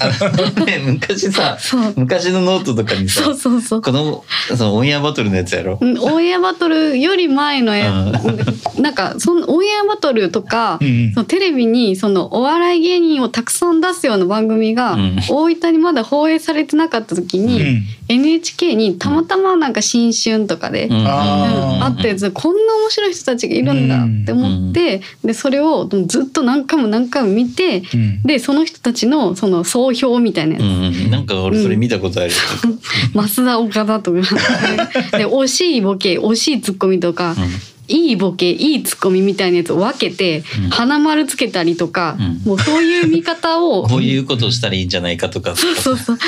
Speaker 3: あのね昔さ
Speaker 4: そう、
Speaker 3: 昔のノートとかにさ、
Speaker 4: そうそうそう。
Speaker 3: このそのオンエアバトルのやつやろ。
Speaker 4: うんオンエアバトルより前のや なんかそのオンエアバトルとか、
Speaker 2: うん
Speaker 4: そのテレビにそのお笑い芸人をたくさん出すような番組が
Speaker 3: うん
Speaker 4: 大分にまだ放映されてなかった時
Speaker 2: う
Speaker 4: に、
Speaker 2: ん
Speaker 4: NHK にたまたまなんか新春とかで、
Speaker 3: うん
Speaker 2: あー
Speaker 4: あったやつこんな面白い人たちがいるんだって思って、でそれをずっと何回も何回も見て
Speaker 2: うん
Speaker 4: でその人たちのその総評みたいなやつ
Speaker 3: うんうんなんか俺それ見たことある。
Speaker 4: 増田岡田とか で惜しいボケ惜しいツッコミとか、いいボケいいツッコミみたいなやつを分けて、
Speaker 3: うん
Speaker 4: 花丸つけたりとか、
Speaker 3: うん
Speaker 4: もうそういう見方を
Speaker 3: うん こういうことをしたらいいんじゃないかとか。
Speaker 4: そうそうそう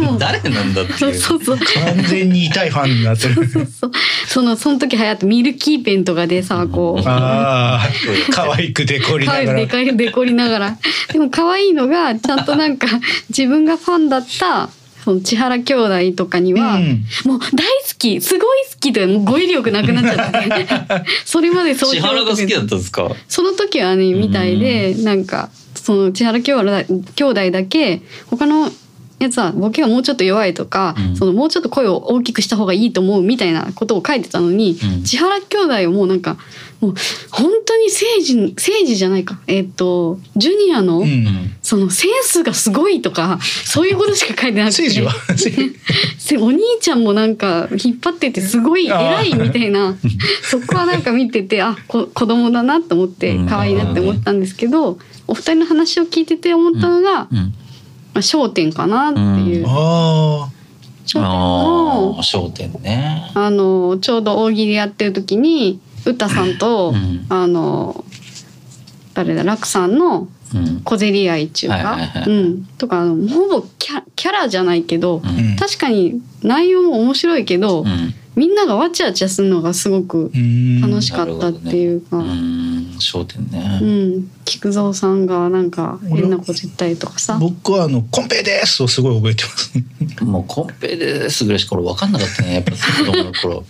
Speaker 4: もう
Speaker 3: 誰なんだって
Speaker 4: そう
Speaker 3: いう。
Speaker 4: そうそう
Speaker 2: 完全に痛いファンになってる
Speaker 4: そうそのその時流行ったミルキーペンとかでさこう。
Speaker 2: ああ可愛くデコりながら
Speaker 4: でかいでこりながらでも可愛いのがちゃんとなんか自分がファンだったその千原兄弟とかには、
Speaker 2: うん
Speaker 4: もう大好きすごい好きでもう語彙力なくなっちゃって それまでそう
Speaker 3: 千原が好きだったんですか。
Speaker 4: その時はねみたいで、なんかその千原兄弟兄弟だけ他のやつはボケがもうちょっと弱いとか、
Speaker 3: うん
Speaker 4: そのもうちょっと声を大きくした方がいいと思うみたいなことを書いてたのに、
Speaker 3: うん
Speaker 4: 千原兄弟はもうなんかもう本当に政治政治じゃないかえっ、とジュニアの、
Speaker 2: うん
Speaker 4: そのセンスがすごいとかそういうことしか書いてなくて
Speaker 2: 政治 は政
Speaker 4: せお兄ちゃんもなんか引っ張っててすごい偉いみた いなそこはなんか見ててあこ子供だなと思って
Speaker 3: うん
Speaker 4: 可愛いなって思ったんですけど、お二人の話を聞いてて思ったのが、ま
Speaker 3: うん
Speaker 4: あ、焦点かなっていう、焦
Speaker 2: ああ
Speaker 3: ああ
Speaker 4: 点の
Speaker 3: 焦点ね。
Speaker 4: あのちょうど大喜利やってる時に歌さんと、
Speaker 3: うん
Speaker 4: あの誰だ楽さんの
Speaker 3: うん
Speaker 4: 小競り合いっていうか、
Speaker 3: はいはいはい
Speaker 4: うん、とかあのほぼキャキャラじゃないけど、
Speaker 3: うん
Speaker 2: うん
Speaker 4: 確かに内容も面白いけど、
Speaker 3: うん
Speaker 4: みんながわちゃわちゃするのがすごく
Speaker 2: うん
Speaker 4: 楽しかったっていうか、
Speaker 3: うん焦点
Speaker 4: う
Speaker 3: ね。
Speaker 4: ん、菊蔵さんがなんか変なこと言ったりとかさ、
Speaker 2: 僕はあのコンペですをすごい覚えてます。
Speaker 3: もうコンペですぐらいしか俺分かんなかったねやっぱ子供の 頃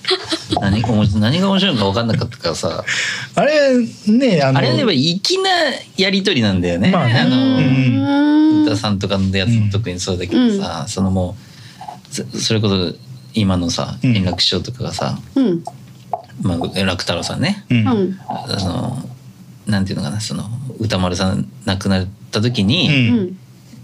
Speaker 3: 何が面白い何が面白いのか分かんなかったからさ
Speaker 2: あれねあの
Speaker 3: あれでも粋なやり取りなんだよね、
Speaker 2: まあね
Speaker 3: あの、
Speaker 4: う
Speaker 2: うん
Speaker 4: ん
Speaker 3: 歌さんとかのやつも特にそうだけどさ、そのもうそそれこそ今のさ
Speaker 2: うん
Speaker 3: 円楽師匠とかがさ、
Speaker 4: うん
Speaker 3: まあ、円楽太郎さんね
Speaker 2: うん
Speaker 4: う
Speaker 2: うん
Speaker 4: ん
Speaker 3: あそのなんていうのかなその歌丸さん亡くなった時に、
Speaker 4: う
Speaker 2: うん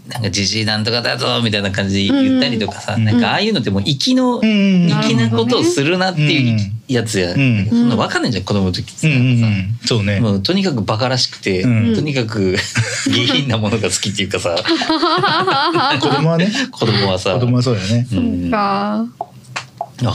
Speaker 3: なんかじじいなんとかだぞみたいな感じで言ったりとかさ、
Speaker 2: うん
Speaker 3: なんかああいうのってもう粋の、
Speaker 2: うんうん
Speaker 4: なる
Speaker 3: 粋
Speaker 4: ほど
Speaker 3: なことをするなっていうやつや、
Speaker 2: うん
Speaker 3: そんな分かんないじゃん子供の時ってさ、
Speaker 2: うんうんそうね
Speaker 3: もうとにかくバカらしくて、
Speaker 2: うん
Speaker 3: とにかく 下品なものが好きっていうかさ
Speaker 2: 子供はね
Speaker 3: 子供はさ
Speaker 2: 子供はそうだよね
Speaker 3: うん、分
Speaker 4: か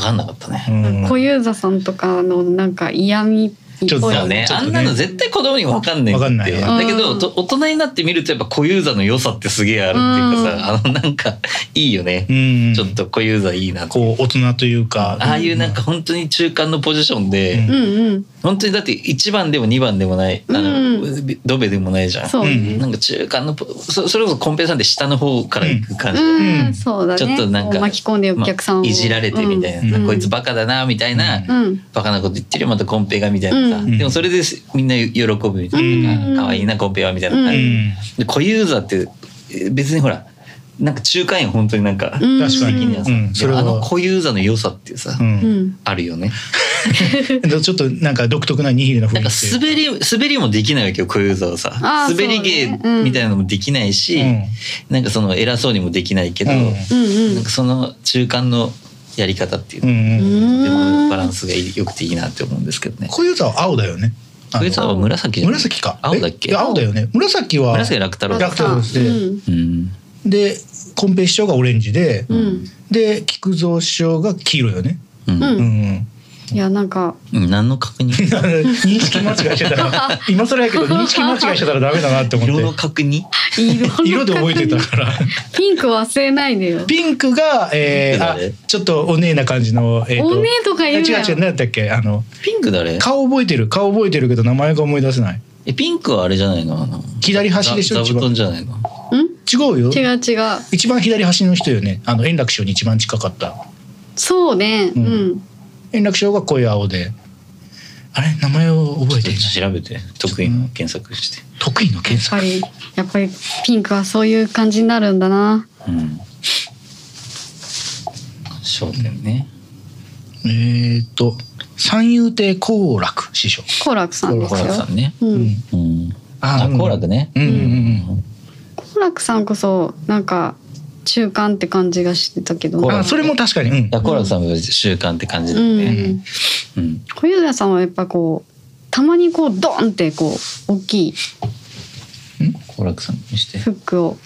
Speaker 3: かんなかったね。
Speaker 2: うん
Speaker 4: 小遊三さんとかのなんか嫌味っ
Speaker 2: ちょっ
Speaker 4: ぽ
Speaker 2: と
Speaker 4: い
Speaker 3: そうね
Speaker 2: ちょっ
Speaker 3: あ
Speaker 2: とね
Speaker 3: んなの絶対子供にも分かんない
Speaker 2: わかんないよ
Speaker 3: だけど、と大人になってみるとやっぱ小遊三の良さってすげえあるっていうかさ、あのなんかいいよね、
Speaker 2: うん
Speaker 3: ちょっと小遊三いいなって
Speaker 2: こう大人というか
Speaker 3: ああいうなんか本当に中間のポジションで、
Speaker 2: うん
Speaker 4: うんうん
Speaker 3: 本当にだって1番でも2番でもないあの、
Speaker 4: う
Speaker 3: ドベでもないじゃん。
Speaker 4: そうね
Speaker 3: なんか中間のポそそれこそコンペさんで下の方から行く感じ、
Speaker 4: うん、
Speaker 2: うん
Speaker 4: そうだね
Speaker 3: ちょっとなんか
Speaker 4: 巻き込んでお
Speaker 3: まあ
Speaker 4: 客さんを、
Speaker 3: いじられてみたいな、
Speaker 2: うん
Speaker 3: こいつバカだなみたいな、
Speaker 4: うん、うん
Speaker 3: バカなこと言ってるよまたコンペがみたいなさ、
Speaker 2: うん
Speaker 3: でもそれでみんな喜ぶみたいな、
Speaker 4: うん
Speaker 3: 可愛いなコンペはみたいな
Speaker 2: う
Speaker 3: 感じ、
Speaker 2: ん
Speaker 3: で小遊三ってえ別にほらなんか中間や本当になんか、
Speaker 4: うん
Speaker 2: 確か
Speaker 3: 的
Speaker 2: に
Speaker 3: にはさ
Speaker 2: うんそれは
Speaker 3: あの小遊三の良さっていうさ、
Speaker 2: う
Speaker 4: うんん
Speaker 3: あるよね。
Speaker 2: ちょっとなんか独特なニヒルな雰
Speaker 3: なんか
Speaker 2: 囲気
Speaker 3: 滑り滑りもできないわけよ小遊三はさ
Speaker 4: あー
Speaker 3: 滑り芸
Speaker 4: そうねうん
Speaker 3: みたいなのもできないし、
Speaker 2: うん
Speaker 3: なんかその偉そうにもできないけど、
Speaker 2: うん
Speaker 4: うん
Speaker 3: なんかその中間のやり方っていう
Speaker 2: う
Speaker 3: の
Speaker 2: んう
Speaker 3: と
Speaker 2: ん
Speaker 4: うん
Speaker 3: てもバランスが良くていいなって思うんですけどね。
Speaker 2: 小遊三は青だよねあの
Speaker 3: 小遊三は紫じゃない
Speaker 2: 紫か
Speaker 3: 青だっけ
Speaker 2: えいや青だよね紫は
Speaker 3: 紫は楽太郎
Speaker 2: 楽太郎ですね
Speaker 4: うん
Speaker 3: うん
Speaker 2: でコンペ師匠がオレンジで、
Speaker 4: うん
Speaker 2: で菊蔵師匠が黄色よね
Speaker 3: うん
Speaker 4: うん
Speaker 2: うん
Speaker 4: いやなんか
Speaker 3: うん何の確認
Speaker 2: 認識間違いしてた ら今更やけど認識間違いしてたらダメだなって思
Speaker 3: 色の
Speaker 2: って
Speaker 3: 確認
Speaker 4: 色の
Speaker 2: 色で覚えてたから
Speaker 4: ピンク忘れないでよ
Speaker 2: ピンクが、
Speaker 3: ピ
Speaker 2: え
Speaker 3: ンク
Speaker 2: ー、あ
Speaker 3: 誰
Speaker 2: ちょっとお姉な感じの、えー
Speaker 4: おねえとか
Speaker 2: あ
Speaker 4: 言
Speaker 2: 違う
Speaker 4: うやん
Speaker 2: 違う何だっけあの
Speaker 3: ピンク誰
Speaker 2: 顔覚えてる顔覚えてるけど名前が思い出せない
Speaker 3: えピンクはあれじゃないのあの
Speaker 2: 左端でし
Speaker 3: 座
Speaker 2: ょ
Speaker 3: 座布団じゃないの
Speaker 4: ん
Speaker 2: 違うよ
Speaker 4: 違う違う
Speaker 2: 一番左端の人よねあの円楽師匠に一番近かった
Speaker 4: そうね
Speaker 2: う
Speaker 4: うんん、
Speaker 2: 円楽師匠が濃い青であれ名前を覚えていない
Speaker 3: 調べて得意の検索して、
Speaker 2: 得意の
Speaker 4: や
Speaker 2: 検
Speaker 4: っぱ
Speaker 2: 索
Speaker 4: りやっぱりピンクはそういう感じになるんだな
Speaker 3: うん、焦点ね、
Speaker 2: えーっと三遊亭好楽師匠
Speaker 4: 好楽さんです
Speaker 3: 好
Speaker 4: よ
Speaker 3: 楽さんね。
Speaker 4: う
Speaker 2: うん
Speaker 3: うん。
Speaker 2: あ
Speaker 3: あ、
Speaker 2: うん
Speaker 3: 好楽ね。
Speaker 2: うんうん
Speaker 4: 好楽さんこそなんか中間って感じがしてたけど
Speaker 2: う
Speaker 3: 好
Speaker 2: ん
Speaker 3: 楽
Speaker 2: あそれも確かにうん
Speaker 3: いや、好楽さんは習慣って感じだ
Speaker 4: う
Speaker 3: よ
Speaker 4: ん、
Speaker 3: ね。うん。
Speaker 4: 小遊三さんはやっぱこうたまにこうドンってこう大きい
Speaker 3: 好楽さんにして。
Speaker 4: フックを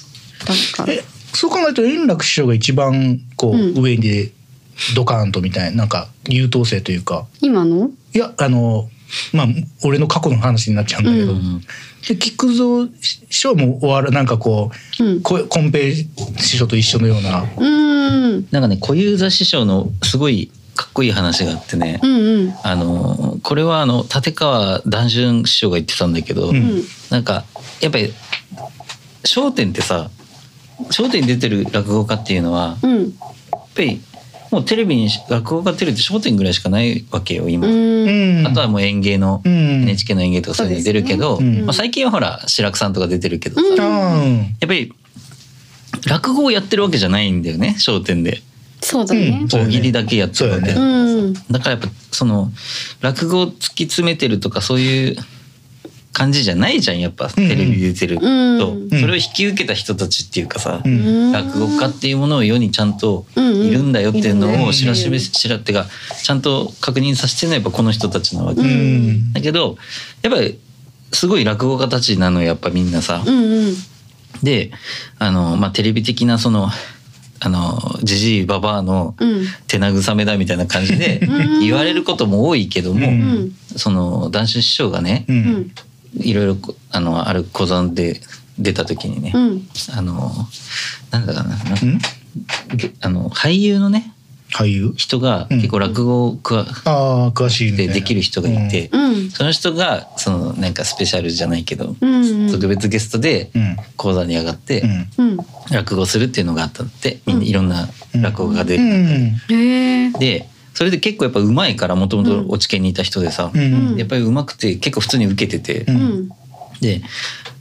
Speaker 4: 出すから
Speaker 2: えそう考えると円楽師匠が一番こう、
Speaker 4: うん
Speaker 2: 上でドカーンとみたいななんか優等生というか
Speaker 4: 今の
Speaker 2: いやあのまあ俺の過去の話になっちゃうんだけど、
Speaker 4: う
Speaker 3: うん。
Speaker 2: で菊蔵師匠も終わるなんかこう
Speaker 4: うん
Speaker 2: こコンペ師匠と一緒のような
Speaker 4: うーん
Speaker 3: なんかね、小遊三師匠のすごいかっこいい話があってね
Speaker 4: う。んうん
Speaker 3: あの、これはあの、立川談春師匠が言ってたんだけど、
Speaker 2: うん
Speaker 4: うん
Speaker 3: なんか、やっぱり、笑点ってさ、笑点に出てる落語家っていうのは、やっ
Speaker 4: うん
Speaker 3: ぱり、もうテレビに落語家テレビって笑点ぐらいしかないわけよ、今。
Speaker 4: うん
Speaker 2: うん
Speaker 3: あとはもう演芸の、
Speaker 2: うん
Speaker 3: NHK の演芸とかそういうのに出るけど、
Speaker 2: そうですねうん
Speaker 3: まあ、最近はほら志らくさんとか出てるけどさ、
Speaker 4: うん
Speaker 3: やっ
Speaker 2: あー
Speaker 3: ぱり落語をやってるわけじゃないんだよね『笑点』で
Speaker 4: そうだね
Speaker 2: そうだ
Speaker 3: 大
Speaker 2: ね
Speaker 3: 喜利だけやってるわけだ,、
Speaker 2: そう
Speaker 4: うん
Speaker 3: からやっぱその落語を突き詰めてるとかそういう感じじゃないじゃんやっぱテレビ出てると、
Speaker 4: うん
Speaker 3: それを引き受けた人たちっていうかさ、
Speaker 2: うん
Speaker 4: うん
Speaker 3: 落語家っていうものを世にちゃんといるんだよっていうのを知らしめ知らってかちゃんと確認させてるのはやっぱこの人たちなわけ、
Speaker 2: う
Speaker 4: うんん
Speaker 3: だけどやっぱりすごい落語家たちなのよやっぱみんなさ。
Speaker 4: うんうん
Speaker 3: であの、まあ、テレビ的なそのあのじじいばばあの
Speaker 4: うん
Speaker 3: 手慰めだみたいな感じで
Speaker 4: うん
Speaker 3: 言われることも多いけども、
Speaker 2: うん
Speaker 4: うん
Speaker 3: その談春師匠がね
Speaker 2: う
Speaker 4: うんん
Speaker 3: いろいろこあのある小山で出た時にね、
Speaker 4: うん
Speaker 3: あのなんだかななんか
Speaker 2: うん
Speaker 3: げあの俳優のね
Speaker 2: 俳優
Speaker 3: 人が結構落語をくわ、
Speaker 2: ああ詳しいみたい
Speaker 3: で
Speaker 2: な
Speaker 3: できる人がいて、
Speaker 4: うん
Speaker 3: その人がそのなんかスペシャルじゃないけど、
Speaker 4: うん
Speaker 3: 特別ゲストで
Speaker 2: うん
Speaker 3: 講座に上がって
Speaker 2: うん
Speaker 4: うん
Speaker 3: 落語するっていうのがあったって、みん
Speaker 4: う
Speaker 3: なんいろんな落語家で、
Speaker 2: うん
Speaker 4: へえ
Speaker 3: でそれで結構やっぱうまいからもともと落研にいた人でさ、
Speaker 2: うん
Speaker 3: やっぱりうまくて結構普通に受けてて、
Speaker 2: う
Speaker 4: うんん
Speaker 3: で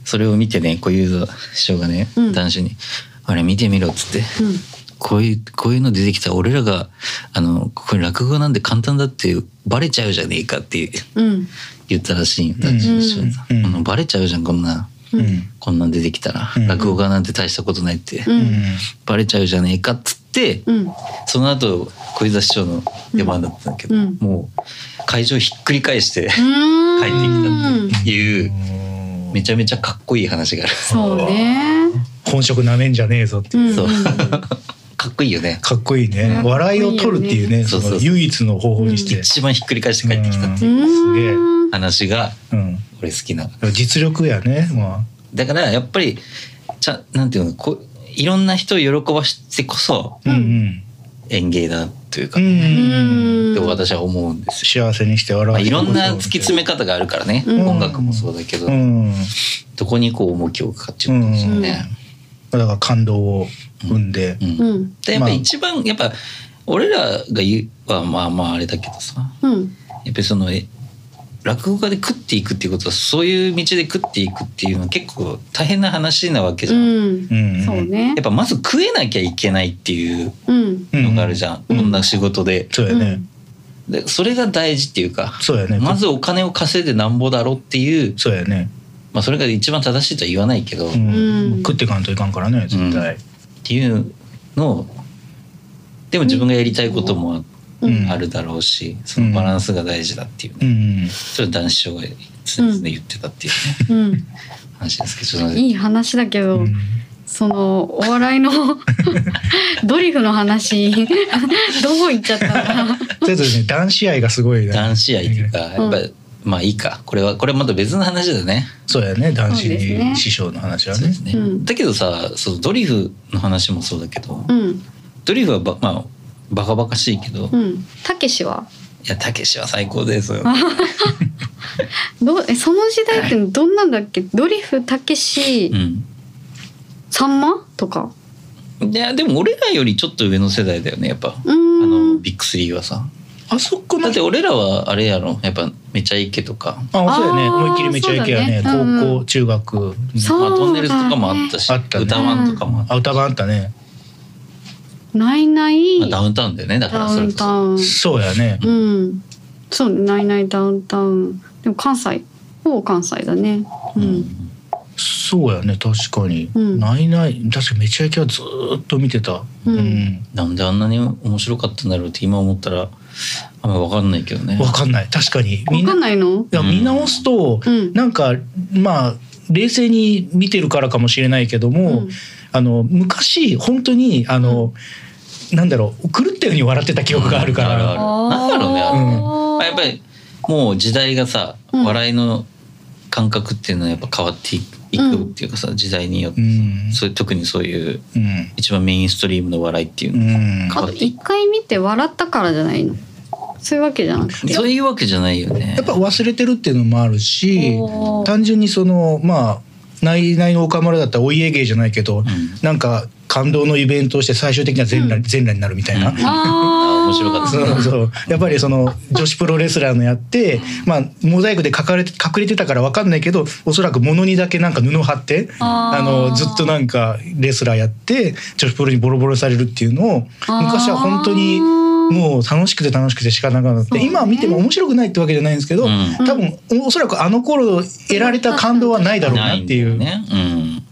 Speaker 3: それを見てね小遊三師匠がね、
Speaker 4: うん
Speaker 3: 男子に「あれ見てみろ」っつって。
Speaker 4: うん
Speaker 3: こういう、こういうの出てきたら俺らが、あの、これ落語なんで簡単だってバレちゃうじゃねえかっていう
Speaker 4: うん
Speaker 3: 言ったらしいよ、
Speaker 2: うん
Speaker 3: 男子の師匠にさ
Speaker 2: うん
Speaker 3: あのバレちゃうじゃん、こんな。
Speaker 4: ううん
Speaker 2: うん
Speaker 3: こんなん出てきたら、
Speaker 2: うん
Speaker 3: 落語家なんて大したことないって、
Speaker 4: うん
Speaker 3: バレちゃうじゃねえかっつって、
Speaker 4: うん
Speaker 3: その後小枝師匠の出番だったんだけど、
Speaker 4: うん
Speaker 3: もう会場ひっくり返して
Speaker 4: うん
Speaker 3: 帰ってきたっていう、
Speaker 2: うん
Speaker 3: めちゃめちゃかっこいい話がある。
Speaker 4: そうね
Speaker 2: 本職なめんじゃねえぞって
Speaker 4: うん
Speaker 3: そう
Speaker 4: うん
Speaker 3: かっこいいよね。
Speaker 2: かっこいいね
Speaker 4: かっこいいよね
Speaker 2: 笑いを取るっていうね
Speaker 3: そうそう
Speaker 2: の唯一の方法にして、
Speaker 3: 一番ひっくり返して帰ってきたっていう
Speaker 2: すげえ
Speaker 4: うん
Speaker 3: 話が
Speaker 2: うん
Speaker 3: 俺好きな。
Speaker 2: 実力やねま
Speaker 3: だからやっぱりちゃなんていうのこういろんな人を喜ばしてこそ
Speaker 2: あうん
Speaker 3: 演芸だという
Speaker 2: う
Speaker 3: か、
Speaker 2: ん、
Speaker 3: っ
Speaker 2: うん、
Speaker 3: て私は思うんですよ。
Speaker 2: 幸せにして笑
Speaker 3: ま
Speaker 2: わ
Speaker 3: あ、
Speaker 2: せ
Speaker 3: い
Speaker 2: て
Speaker 3: ろんな突き詰め方があるからね、
Speaker 4: うん
Speaker 3: 音楽もそうだけど、
Speaker 2: うん
Speaker 3: どこにこう重きを置くかっていうことですよね。
Speaker 2: だから感動を生んで、
Speaker 3: うん
Speaker 4: うん
Speaker 3: でやっぱ
Speaker 2: まあ
Speaker 3: 一番やっぱ俺らが言うはまあまああれだけどさ
Speaker 4: うん
Speaker 3: やっぱりそのえ落語家で食っていくっていうことはそういう道で食っていくっていうのは結構大変な話なわけじゃん。
Speaker 4: うん
Speaker 2: うん
Speaker 4: そうね
Speaker 3: やっぱまず食えなきゃいけないっていう
Speaker 4: うん
Speaker 2: うん
Speaker 3: のがあるじゃん、
Speaker 4: うん
Speaker 3: こんな仕事で
Speaker 2: そうやね、
Speaker 3: でそれが大事っていうか
Speaker 2: そうやね
Speaker 3: まずお金を稼いでなんぼだろっていう、
Speaker 2: そうやね、
Speaker 3: まあ、それが一番正しいとは言わないけど、
Speaker 2: う
Speaker 3: っ
Speaker 2: ん
Speaker 4: うん
Speaker 2: 食ってかんといかんからね絶対、
Speaker 3: ていうのをでも自分がやりたいことも
Speaker 4: うん
Speaker 2: うん
Speaker 3: あるだろうし、そのバランスが大事だっていう
Speaker 2: う
Speaker 3: ね、
Speaker 2: ん
Speaker 3: それは男子賞が常々言ってたっていう、ね
Speaker 4: うん
Speaker 3: 話ですけどちょっと
Speaker 4: いい話だけど、
Speaker 2: うん
Speaker 4: そのお笑いのドリフの話どこ行っちゃったか
Speaker 2: とりあえずね男子愛がすごいね
Speaker 3: 男子愛というかやっぱ、まあいいかこれはこれはまた別の話だね。
Speaker 2: そうやね男
Speaker 4: そうですね
Speaker 2: 子師匠の話は
Speaker 3: そう
Speaker 2: ね
Speaker 3: ですね
Speaker 4: うん
Speaker 3: だけどさそのドリフの話もそうだけど、
Speaker 4: うん
Speaker 3: ドリフはば、まあ、バカバカしいけど、
Speaker 4: う
Speaker 3: い
Speaker 4: んたけしは
Speaker 3: やたけしは最高ですよ。
Speaker 4: どうえその時代ってどんなんだっけドリフたけし
Speaker 3: う
Speaker 4: さんまとか
Speaker 3: ん、いやでも俺らよりちょっと上の世代だよねやっぱ、
Speaker 4: う
Speaker 3: あの
Speaker 4: ーん
Speaker 3: ビッグスリーはさ。
Speaker 2: あそこ
Speaker 3: だ
Speaker 2: の
Speaker 3: って俺らはあれやろやっぱめちゃイケとか、
Speaker 2: あそうやね
Speaker 4: あー
Speaker 2: 思いっきりめちゃイケやね
Speaker 4: そうだね
Speaker 2: 高
Speaker 4: うんう
Speaker 2: 校中学
Speaker 4: そう
Speaker 3: まあ、
Speaker 4: だね
Speaker 3: トンネルズとかもあったし
Speaker 2: あったね
Speaker 3: 歌ワンとかもあった
Speaker 2: あ歌番あったね
Speaker 4: ないな
Speaker 3: まあ
Speaker 4: い
Speaker 3: ダウンタウンだよねだか
Speaker 4: ダ
Speaker 3: らそ
Speaker 4: ウ
Speaker 3: れこ
Speaker 4: ンタ
Speaker 3: そ。
Speaker 4: ウン
Speaker 2: そうやね
Speaker 4: うんそうないないダウンタウンでも関西ほぼ関西だねう
Speaker 3: うん
Speaker 4: ん
Speaker 2: そうやね確かに、
Speaker 4: うん
Speaker 2: ないない確かにめちゃイケはずーっと見てた
Speaker 4: うん
Speaker 3: なんであんなに面白かったんだろうって今思ったらあんま分かんないけどね
Speaker 2: わかんない確かにみ
Speaker 4: わ
Speaker 2: んな
Speaker 4: かんないの
Speaker 2: いや
Speaker 3: うん
Speaker 2: 見直すと、
Speaker 4: うん
Speaker 2: なんかまあ冷静に見てるからかもしれないけども、
Speaker 4: うん
Speaker 2: あの昔本当にあの、なんだろう狂ったように笑ってた記憶があるか
Speaker 3: うんあるあ
Speaker 2: ら
Speaker 3: る、なんだろうねあ
Speaker 2: れ
Speaker 3: まあやっぱりもう時代がさ、
Speaker 4: うん
Speaker 3: 笑いの感覚っていうのはやっぱ変わっていくっていうかさ時代によって、
Speaker 2: うん
Speaker 3: そういう特にそういう
Speaker 2: うん
Speaker 3: 一番メインストリームの笑いっていう
Speaker 2: う
Speaker 3: の、
Speaker 2: ん
Speaker 4: あと一回見て笑ったからじゃないのそういうわけじゃなくて
Speaker 3: そういうわけじゃないよね
Speaker 2: やっぱ忘れてるっていうのもあるし
Speaker 4: おー
Speaker 2: 単純にそのまあ内内の岡村だったらお家芸じゃないけど、なんか感動のイベントをして最終的には全裸,、
Speaker 4: うん
Speaker 2: 全裸になるみたいな。
Speaker 3: うん
Speaker 4: あー
Speaker 3: 面白かった
Speaker 2: そうそうやっぱりその女子プロレスラーのやって、まあ、モザイクで書かれて隠れてたから分かんないけどおそらく物にだけなんか布貼ってあ
Speaker 4: あー
Speaker 2: のずっとなんかレスラーやって女子プロにボロボロにされるっていうのを昔は本当に
Speaker 4: あー
Speaker 2: もう楽しくて楽しくて仕方なくなっ
Speaker 4: そ
Speaker 2: て
Speaker 4: うね
Speaker 2: 今見ても面白くないってわけじゃないんですけど、
Speaker 3: うん
Speaker 2: 多分おそらくあの頃得られた感動はないだろうなっていう。
Speaker 3: ないんだよね、うん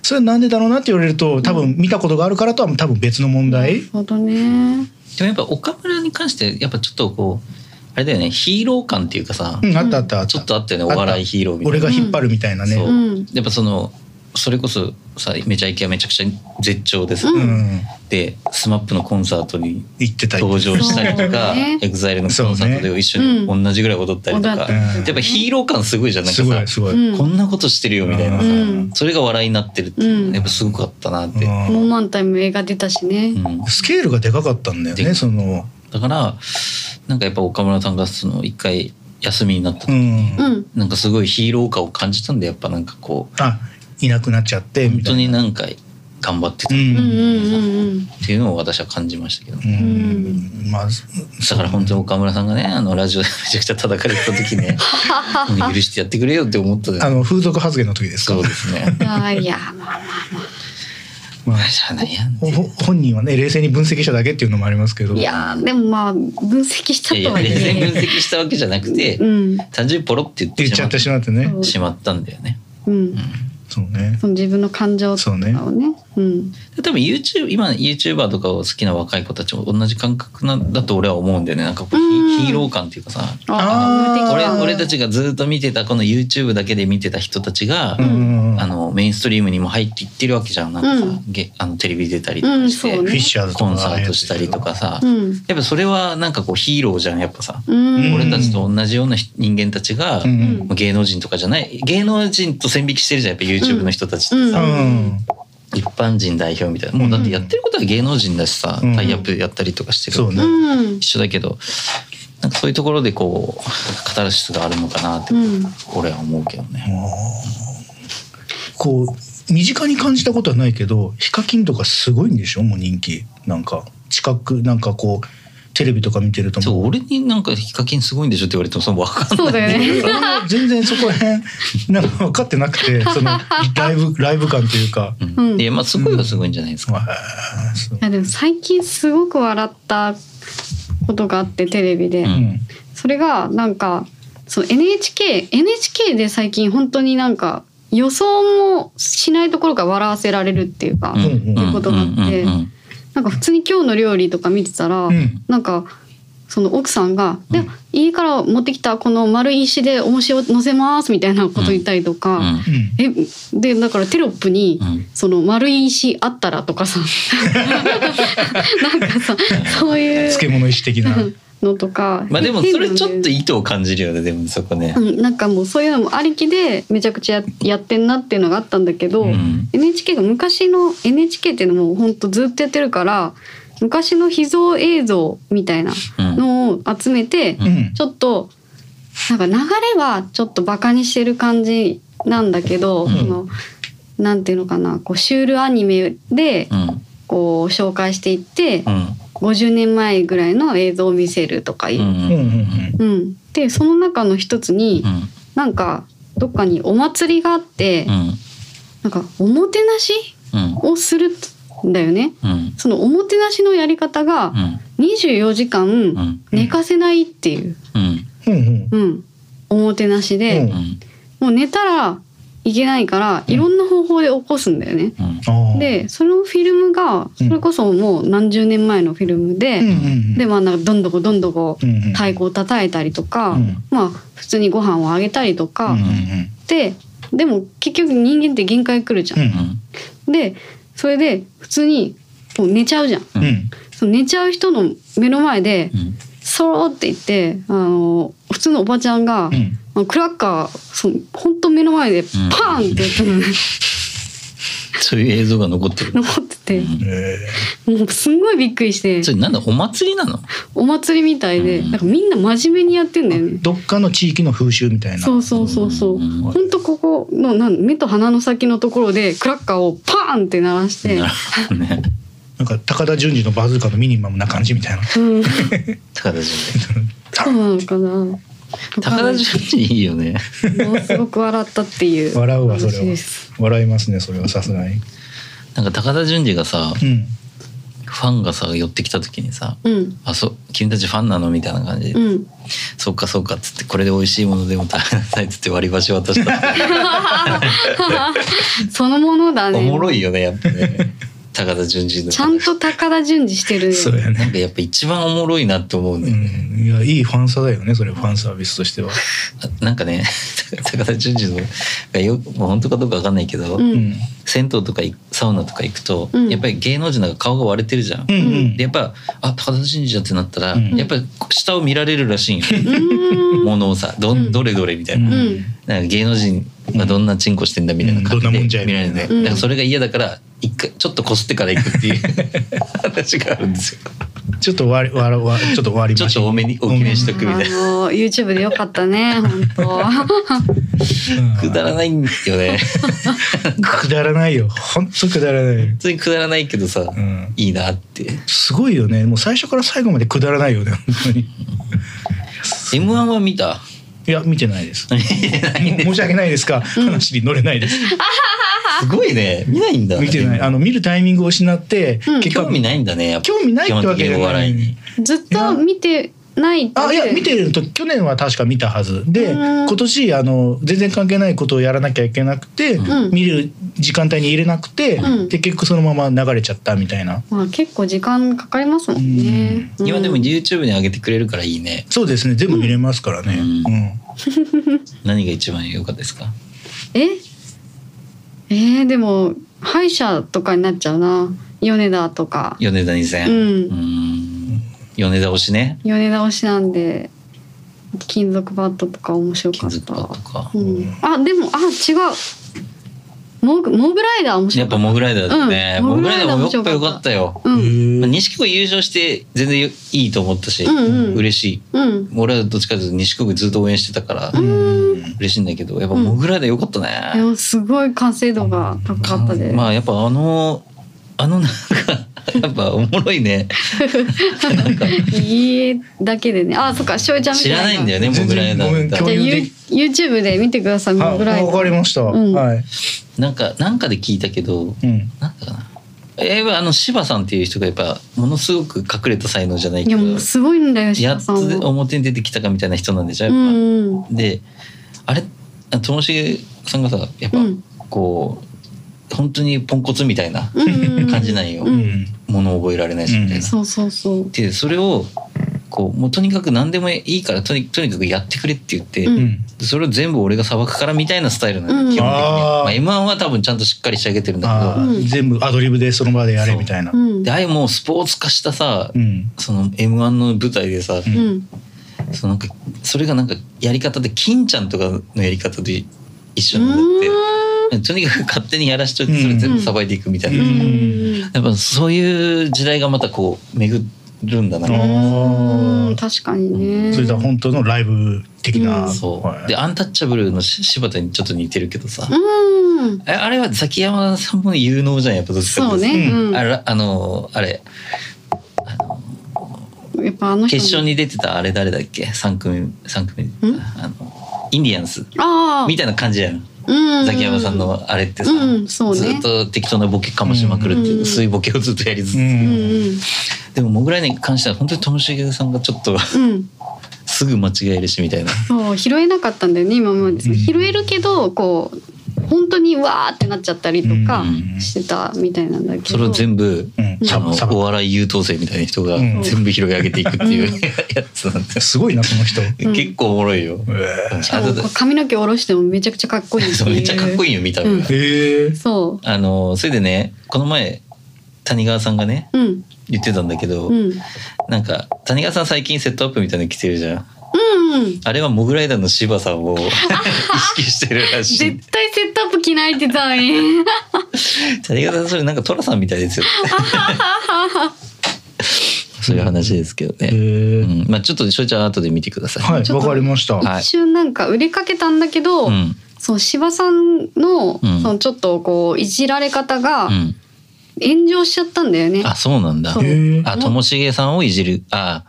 Speaker 2: それはなんでだろうなって言われると多分見たことがあるからとは多分別の問題、
Speaker 4: なるほどね
Speaker 3: でもやっぱ岡村に関してやっぱちょっとこうあれだよねヒーロー感っていうかさ、
Speaker 2: うんあったあったあった
Speaker 3: ちょっとあったよねお笑いヒーローみたい
Speaker 2: 俺
Speaker 3: な
Speaker 2: が引っ張るみたいなね、
Speaker 3: そううんやっぱそのそれこそさめちゃイケはめちゃくちゃ絶頂でさ、
Speaker 4: うん
Speaker 2: ん、
Speaker 3: でスマップのコンサートに
Speaker 2: 言ってたり
Speaker 3: 登場したりと
Speaker 4: そ
Speaker 3: か、
Speaker 4: うね
Speaker 3: EXILE のコンサートで一緒に
Speaker 4: うん
Speaker 3: 同じぐらい踊ったりとか、
Speaker 4: 踊った
Speaker 2: り
Speaker 3: やっぱヒーロー感すごいじゃんなんか
Speaker 2: すご
Speaker 3: さ
Speaker 2: いすごい、
Speaker 4: うん
Speaker 3: こんなことしてるよみたいなさ、
Speaker 4: うん
Speaker 3: それが笑いになってるっていうの
Speaker 4: うん
Speaker 3: がやっぱすごかったなって、
Speaker 2: うん
Speaker 4: モーマンタイム映画出たしね
Speaker 3: うん
Speaker 2: スケールがでかかったんだよ
Speaker 3: で
Speaker 2: ね
Speaker 3: か
Speaker 2: その
Speaker 3: だからなんかやっぱ岡村さんがその一回休みになった
Speaker 2: う
Speaker 3: 時、
Speaker 2: ん、
Speaker 4: うん
Speaker 3: なんかすごいヒーロー感を感じたんでやっぱなんかこ
Speaker 2: あいなくなっちゃっ
Speaker 3: う
Speaker 2: て
Speaker 3: 本
Speaker 2: みた
Speaker 3: 当
Speaker 2: い
Speaker 3: になんか頑張ってた
Speaker 2: な、う
Speaker 3: っ
Speaker 4: うんうん
Speaker 2: ん
Speaker 4: うん
Speaker 3: ていうのを私は感じましたけど、
Speaker 2: うん
Speaker 4: ん
Speaker 2: まあ
Speaker 3: だから本当に岡村さんがねあのラジオで めちゃくちゃ叩かれてた時 ねもう許してやってくれよって思った
Speaker 2: あの風俗発言の時ですか
Speaker 3: そうですね。
Speaker 4: うんあーいやまあ
Speaker 2: まあ
Speaker 3: まあ、しゃあないやんって
Speaker 2: ほほ本人はね冷静に分析しただけっていうのもありますけど
Speaker 4: いやーでもまあ分析した
Speaker 3: いや
Speaker 4: と
Speaker 3: い
Speaker 4: は
Speaker 3: や、
Speaker 4: い
Speaker 3: 冷静に分析
Speaker 4: え
Speaker 3: したわけじゃなくて
Speaker 4: う、ん
Speaker 3: 単純にポロって言っ
Speaker 2: 言
Speaker 3: て
Speaker 2: っちゃって
Speaker 3: し
Speaker 2: しまってね
Speaker 3: ましまったんだよね。
Speaker 4: うん
Speaker 2: そうね
Speaker 4: その自分の感情とかをね
Speaker 2: そう
Speaker 4: うん、
Speaker 3: 多分 YouTube 今 YouTuber とかを好きな若い子たちも同じ感覚なんだと俺は思うんだよねなんかこうヒ,、
Speaker 4: うん
Speaker 3: ヒーロー感っていうかさ
Speaker 2: あー
Speaker 4: 無敵
Speaker 3: 俺
Speaker 4: 感
Speaker 3: 俺たちがずっと見てたこの YouTube だけで見てた人たちが、
Speaker 2: うんうんうん
Speaker 3: あ
Speaker 2: フ
Speaker 3: のメインストリームにも入っていってるわけじゃんなんかさ、
Speaker 4: うん
Speaker 3: げあのテレビ出たりとかして、
Speaker 4: うんそうね
Speaker 2: ィッシャーズとか
Speaker 3: コンサートしたりとかさ、
Speaker 4: うん
Speaker 3: やっぱそれはなんかこうヒーローじゃんやっぱさ、
Speaker 4: うん
Speaker 3: 俺たちと同じような人間たちが、
Speaker 2: うん
Speaker 4: うん
Speaker 3: 芸能人とかじゃない芸能人と線引きしてるじゃんやっぱ YouTube の人たちって
Speaker 2: う
Speaker 3: さ、
Speaker 2: ん
Speaker 3: 一般人代表みたいなもうだってやってることは芸能人だしさ、
Speaker 2: うん
Speaker 3: タイアップやったりとかしてる、
Speaker 2: そうね
Speaker 4: うん
Speaker 3: 一緒だけどなんかそういうところでこうカタルシスがあるのかなって
Speaker 4: うん
Speaker 3: 俺は思うけどね。
Speaker 2: こう身近に感じたことはないけどヒカキンとかすごいんでしょもう人気なんか近くなんかこうテレビとか見てると
Speaker 3: そ
Speaker 2: も
Speaker 3: う俺になんかヒカキンすごいんでしょって言われてもそのわかんない
Speaker 4: そうだよね
Speaker 2: 俺も全然そこら辺なんか分かってなく てそのライブライブ感というか。
Speaker 3: うん
Speaker 4: うん
Speaker 3: いやまあすごいはすごいんじゃないですか。
Speaker 2: あーそう
Speaker 4: いやでも最近すごく笑ったことがあってテレビで、
Speaker 3: うん
Speaker 2: うん
Speaker 4: それがなんかその NHK NHK で最近本当になんか予想もしないところが笑わせられるっていうか、
Speaker 3: うん
Speaker 2: うん
Speaker 3: うん
Speaker 4: ことがあって
Speaker 3: うんうん
Speaker 4: なんか普通に「今日の料理」とか見てたら、
Speaker 2: うん
Speaker 4: なんかその奥さんが「
Speaker 3: うん
Speaker 4: で家から持ってきたこの丸い石で重しを乗せます」みたいなこと言ったりと
Speaker 3: う
Speaker 4: か、
Speaker 3: ん
Speaker 2: うん
Speaker 4: えでだからテロップに、
Speaker 3: うん
Speaker 4: その丸い石あったらとか さなんかさそういう
Speaker 2: 漬物石的な。
Speaker 4: のとか
Speaker 3: まあでもそれちょっと意図を感じるよねでもそこね
Speaker 4: う。ん、なんかもうそういうのもありきでめちゃくちゃややってんなっていうのがあったんだけど、
Speaker 2: うん
Speaker 4: NHK が昔の NHK っていうのもほんとずっとやってるから昔の秘蔵映像みたいなのを集めて、
Speaker 3: う
Speaker 2: うん
Speaker 4: ちょっとなんか流れはちょっとバカにしてる感じなんだけど、
Speaker 3: うん
Speaker 4: そのなんていうのかなこうシュールアニメで
Speaker 3: うん
Speaker 4: こう紹介していって、
Speaker 3: うん
Speaker 4: 50年前ぐらいの映像を見せるとかいうう。う
Speaker 2: う
Speaker 4: ん
Speaker 2: んうんん
Speaker 4: でその中の一つに、
Speaker 3: うん
Speaker 4: なんかどっかにお祭りがあって、
Speaker 3: うん
Speaker 4: なんかおもてなし
Speaker 3: うん
Speaker 4: をするんだよね。
Speaker 3: うん
Speaker 4: そのおもてなしのやり方が
Speaker 3: うん
Speaker 4: 24時
Speaker 3: う
Speaker 4: 間
Speaker 3: ん
Speaker 4: 寝かせないっていう、
Speaker 3: うん
Speaker 2: うんうん
Speaker 4: うん、おもてなし
Speaker 2: う
Speaker 4: で
Speaker 2: ん、
Speaker 3: うん
Speaker 4: もう寝たらいけないから
Speaker 2: うん
Speaker 4: いろんな方法で起こすんだよね。
Speaker 3: うん
Speaker 2: あー
Speaker 4: でそのフィルムがそれこそもう何十年前のフィルム
Speaker 2: うんう
Speaker 4: で、
Speaker 2: んうん
Speaker 4: でまあなんかどんどこどんどこ
Speaker 2: うんうん
Speaker 4: 太鼓を叩いたりとか、
Speaker 2: うん
Speaker 4: まあ普通にご飯をあげたりとか。
Speaker 2: うんうん
Speaker 4: ででも結局人間って限界来るじゃ
Speaker 2: うん
Speaker 4: ん。
Speaker 3: うん
Speaker 4: でそれで普通にもう寝ちゃうじゃん。
Speaker 2: うんうん
Speaker 4: その寝ちゃう人の目の前で
Speaker 3: うん
Speaker 4: 「そろ」って言ってあの普通のおばちゃんが、
Speaker 2: うん
Speaker 4: あのクラッカーその本当目の前でパーンってやったの ね
Speaker 3: そういう映像が残ってる。
Speaker 4: 残ってて
Speaker 3: うん
Speaker 2: え
Speaker 4: もうすんごいびっくりして
Speaker 3: それなんだお祭りなの？
Speaker 4: お祭りみたいで
Speaker 3: うん
Speaker 4: なんかみんな真面目にやってんだよ
Speaker 2: ー
Speaker 4: ね。
Speaker 2: どっかの地域の風習みたいな。
Speaker 4: そうそうそうそう。
Speaker 3: うん
Speaker 4: ほんとここのなん目と鼻の先のところでクラッカーをパーンって鳴らして
Speaker 3: な、るほどね。
Speaker 2: なんか高田純次のバズーカのミニマムな感じみたいな。
Speaker 4: うん、
Speaker 3: 高田純 次。
Speaker 4: そうなのかな。
Speaker 3: 高田純次いいよね。
Speaker 4: ものすごく笑ったっていう話
Speaker 2: 笑うわそれは
Speaker 4: です。
Speaker 2: 笑いますねそれはさすがに。
Speaker 3: なんか高田純次がさ
Speaker 2: うん
Speaker 3: ファンがさ寄ってきた時にさ。
Speaker 4: うん。
Speaker 3: あそう君たちファンなのみたいな感じで、
Speaker 4: うん。
Speaker 3: そっかそっかっつってこれで美味しいものでも食べなさいっつって割り箸渡した
Speaker 4: そのものだね。
Speaker 3: おもろいよねやっぱね高田純次の
Speaker 4: ちゃんと高田純次してる。
Speaker 2: そうや
Speaker 3: なん
Speaker 2: ね。
Speaker 3: かやっぱ一番おもろいなって思う
Speaker 2: う
Speaker 3: ね、
Speaker 2: んいやいいファンサだよねそれファンサービスとしては。
Speaker 3: あなんかね高田純次のがよもう本当かどうかわかんないけど、
Speaker 4: うん
Speaker 2: うん
Speaker 3: 銭湯とか行くサウナとか行くと、
Speaker 4: うん
Speaker 3: やっぱり芸能人なんか顔が割れてるじゃん、
Speaker 2: うんう
Speaker 3: でやっぱあ高田純次だってなったら、
Speaker 2: うん
Speaker 3: やっぱり下を見られるらしいんよ、
Speaker 4: うーん。
Speaker 3: ものをさど
Speaker 4: うん
Speaker 3: んどれどれみたいな、
Speaker 2: うん
Speaker 4: うん。
Speaker 3: なんか芸能人がどんなチンコしてんだみたいな感
Speaker 2: うんどんなもん
Speaker 3: じ
Speaker 2: じ
Speaker 3: で
Speaker 2: ゃい
Speaker 3: 見られて、
Speaker 4: うん
Speaker 3: だからそれが嫌だから一回ちょっとこすってから行くっていう 話があるんですよ
Speaker 2: んちょっと割り割り割りちょっと割り
Speaker 3: ちょ
Speaker 2: ま
Speaker 3: っ
Speaker 2: し
Speaker 3: と多めに大きめにしと
Speaker 4: あ
Speaker 3: くみたいな、
Speaker 4: の YouTube でよかったね本
Speaker 2: うん
Speaker 3: くだらないんよ ね
Speaker 2: くだらないよ本当くだらない。
Speaker 3: 普通にくだらないけどさ、
Speaker 2: うん
Speaker 3: いいなって
Speaker 2: すごいよねもう最初から最後までくだらないよね本当に。
Speaker 3: m 1は見た
Speaker 2: いや見てないです。申し訳ないですが
Speaker 4: ん
Speaker 2: 話に乗れないです。
Speaker 3: すごいね見ないんだ
Speaker 2: 見てないあの見るタイミングを失って
Speaker 4: うん
Speaker 2: 結果
Speaker 3: 興味ないんだねやっぱ
Speaker 2: 興味ないってわけじ
Speaker 3: 基本的に
Speaker 2: ゃ
Speaker 3: お
Speaker 2: な
Speaker 3: 笑い
Speaker 2: い
Speaker 3: に。
Speaker 4: 当ずっと見てない
Speaker 2: あいや見
Speaker 4: て
Speaker 2: てると去年は確か見たはずで
Speaker 4: うん
Speaker 2: 今年あの全然関係ないことをやらなきゃいけなくて、
Speaker 4: うん
Speaker 2: 見る時間帯に入れなくて、
Speaker 4: うん
Speaker 2: で結局そのまま流れちゃったみたいな
Speaker 4: まあ結構時間かかりますもんね。うん
Speaker 3: 今でも YouTube に上げてくれるからいいね
Speaker 2: そうですね全部見れますからね、
Speaker 3: う
Speaker 2: うん
Speaker 3: 何が一番良かったですか
Speaker 4: ええー、でも歯医者とかになっちゃうな米田とか
Speaker 3: 米田二
Speaker 4: う
Speaker 3: 千
Speaker 4: ん
Speaker 3: ん米田推しね
Speaker 4: 米田推しなんで金属バットとか面白か
Speaker 3: 金
Speaker 4: っ
Speaker 3: 属
Speaker 4: た
Speaker 3: バットか
Speaker 4: うん、あでもあ違うモグモグライダー面
Speaker 3: や
Speaker 4: 白
Speaker 3: っ
Speaker 4: か
Speaker 3: ぱ
Speaker 4: った
Speaker 3: モグライダーだよね
Speaker 4: うん
Speaker 3: モグライダーもやっぱ良
Speaker 4: モグライダー面白かった
Speaker 3: かったよ
Speaker 4: うん
Speaker 2: へ
Speaker 3: まあ
Speaker 2: ー
Speaker 3: 錦鯉優勝して全然よいいと思ったし
Speaker 4: うんうん
Speaker 3: 嬉しい
Speaker 4: うん
Speaker 3: 俺はどっちかというと錦鯉ずっと応援してたから
Speaker 4: うん
Speaker 3: 嬉しいんだけどやっぱモグライダー良かった
Speaker 4: で
Speaker 3: ね
Speaker 4: もすごい完成度が高かったで、
Speaker 3: まあやっぱあのあのなんかやっぱおもろいね
Speaker 4: 家だけでねあそっかしおりちゃんみた
Speaker 3: 知らないんだよねモ
Speaker 2: 全
Speaker 3: グ
Speaker 2: 然
Speaker 3: ライダ
Speaker 2: ごめん
Speaker 3: ー
Speaker 2: 共
Speaker 4: じゃあ
Speaker 2: 有
Speaker 4: ユ
Speaker 2: で
Speaker 4: ー YouTube で見てください
Speaker 2: あ
Speaker 4: モグライダ
Speaker 2: わかり
Speaker 4: ー
Speaker 2: ました、
Speaker 4: うん
Speaker 2: はい、
Speaker 3: なんかなんかで聞いたけど
Speaker 2: うん、
Speaker 3: なんだかなえーあの柴さんっていう人がやっぱものすごく隠れた才能じゃない
Speaker 4: い
Speaker 3: け
Speaker 4: や
Speaker 3: ど
Speaker 4: もうすごいんだよし
Speaker 3: や
Speaker 4: お
Speaker 3: っ
Speaker 4: さ
Speaker 3: と
Speaker 4: んは
Speaker 3: 表に出てきたかみたいな人なんでしょやっ
Speaker 4: う
Speaker 3: ぱ、
Speaker 4: んうん
Speaker 3: であれあともしげさんがさやっぱ
Speaker 4: うん
Speaker 3: こう、本当にポンコツみたいな感
Speaker 4: 感
Speaker 3: じないよ、
Speaker 4: う
Speaker 2: うんん、
Speaker 3: ものを覚えられないしみたいな。
Speaker 4: そうそうそう。
Speaker 3: でそれをこうもうとにかく何でもいいからとにとにかくやってくれって言って、
Speaker 4: う
Speaker 2: うんん、
Speaker 3: それを全部俺が裁くからみたいなスタイルなの、
Speaker 4: うん
Speaker 3: 基本的に、
Speaker 2: あー
Speaker 3: まあ、m 1は多分ちゃんとしっかり仕上げてるんだ
Speaker 2: あ
Speaker 3: け
Speaker 2: ー、
Speaker 4: うん
Speaker 2: 全部アドリブでその場でやれみたいな
Speaker 4: う
Speaker 2: うん
Speaker 3: ど
Speaker 4: ん
Speaker 3: でああいうもうスポーツ化したさ、
Speaker 2: ん
Speaker 3: その m 1の舞台でさ、
Speaker 2: ん
Speaker 4: うん
Speaker 3: そのなんかそれがなんかやり方で金ちゃんとかのやり方で一緒なんだって。とにかく勝手にやらしといてそれ全部さばいていくみたいな、
Speaker 2: うん
Speaker 3: やっぱそういう時代がまたこう巡るんだな、
Speaker 4: うん確かにね。
Speaker 2: それとは本当のライブ的な、
Speaker 4: うん
Speaker 3: そう、
Speaker 2: はい
Speaker 3: でアンタッチャブルのし柴田にちょっと似てるけどさ、
Speaker 4: うん
Speaker 3: えあれはザキヤマさんも有能じゃんやっぱどっちか
Speaker 4: そう
Speaker 3: という
Speaker 4: ね。
Speaker 2: う
Speaker 3: と
Speaker 4: うん
Speaker 3: あらあのあれ
Speaker 4: やっぱあの人
Speaker 3: 決勝。に出てたあれ誰だっけ三組三組あのインディアンス
Speaker 4: ああ
Speaker 3: み。たいな感じやん
Speaker 4: うん
Speaker 3: ザキヤマさん。のあれってさ、
Speaker 4: うんそうね
Speaker 3: ずっと適当なボケかもしまくるっていう、
Speaker 4: うん
Speaker 3: そういうボケをずっとやりつつ、
Speaker 2: う
Speaker 4: うん
Speaker 2: ん
Speaker 4: うん
Speaker 3: でもモグラに関しては本当にともしげさんがちょっと
Speaker 4: うん。
Speaker 3: すぐ間違えるしみたいな
Speaker 4: そう拾えなかったんだよね今まで。
Speaker 2: うん
Speaker 4: 拾えるけどこう本当にわーってなっちゃったりとか
Speaker 3: うん
Speaker 4: してたみたいなんだけど。
Speaker 3: それを全部
Speaker 2: うん
Speaker 3: あの
Speaker 2: さば
Speaker 3: お笑い優等生みたいな人が
Speaker 2: うん
Speaker 3: 全部拾い上げていくっていう、
Speaker 4: うん
Speaker 3: やつなんです
Speaker 2: ごいなこの人、
Speaker 4: うん
Speaker 3: 結構おもろいよ。
Speaker 2: え
Speaker 4: しかもこう髪の毛下ろしてもめちゃくちゃかっこいいって
Speaker 3: そう
Speaker 4: いう。
Speaker 3: めっちゃかっこいいよ見た目が、
Speaker 4: うん
Speaker 2: えー、
Speaker 4: そ
Speaker 3: あのそれでねこの前谷川さんがね
Speaker 4: う。うん
Speaker 3: 言ってたんだけど、
Speaker 4: うん。
Speaker 3: なんか谷川さん最近セットアップみたいなの着てるじゃん
Speaker 4: うんうん。
Speaker 3: あれはモグライダーの柴さんを 意識してるらしい
Speaker 4: 絶対セットアップ着ないってたんや
Speaker 3: 谷川さんそれなんか寅さんみたいですよ そういう話ですけど
Speaker 2: え
Speaker 3: ね、う
Speaker 2: ー
Speaker 3: んまあ、ちょっとしょちゃん後で見てください、
Speaker 2: は
Speaker 4: ち
Speaker 2: い
Speaker 4: ょっ
Speaker 2: わ
Speaker 4: と
Speaker 2: かりました、
Speaker 3: はい
Speaker 4: 一瞬なんか売れかけたんだけど、
Speaker 3: うん
Speaker 4: そう芝さんの,、
Speaker 3: うん
Speaker 4: そのちょっとこういじられ方が
Speaker 3: うん、
Speaker 4: 炎上しちゃったんだよね。
Speaker 3: あそうなんだ
Speaker 4: そう
Speaker 2: えー
Speaker 3: あともしげさんをいじるあ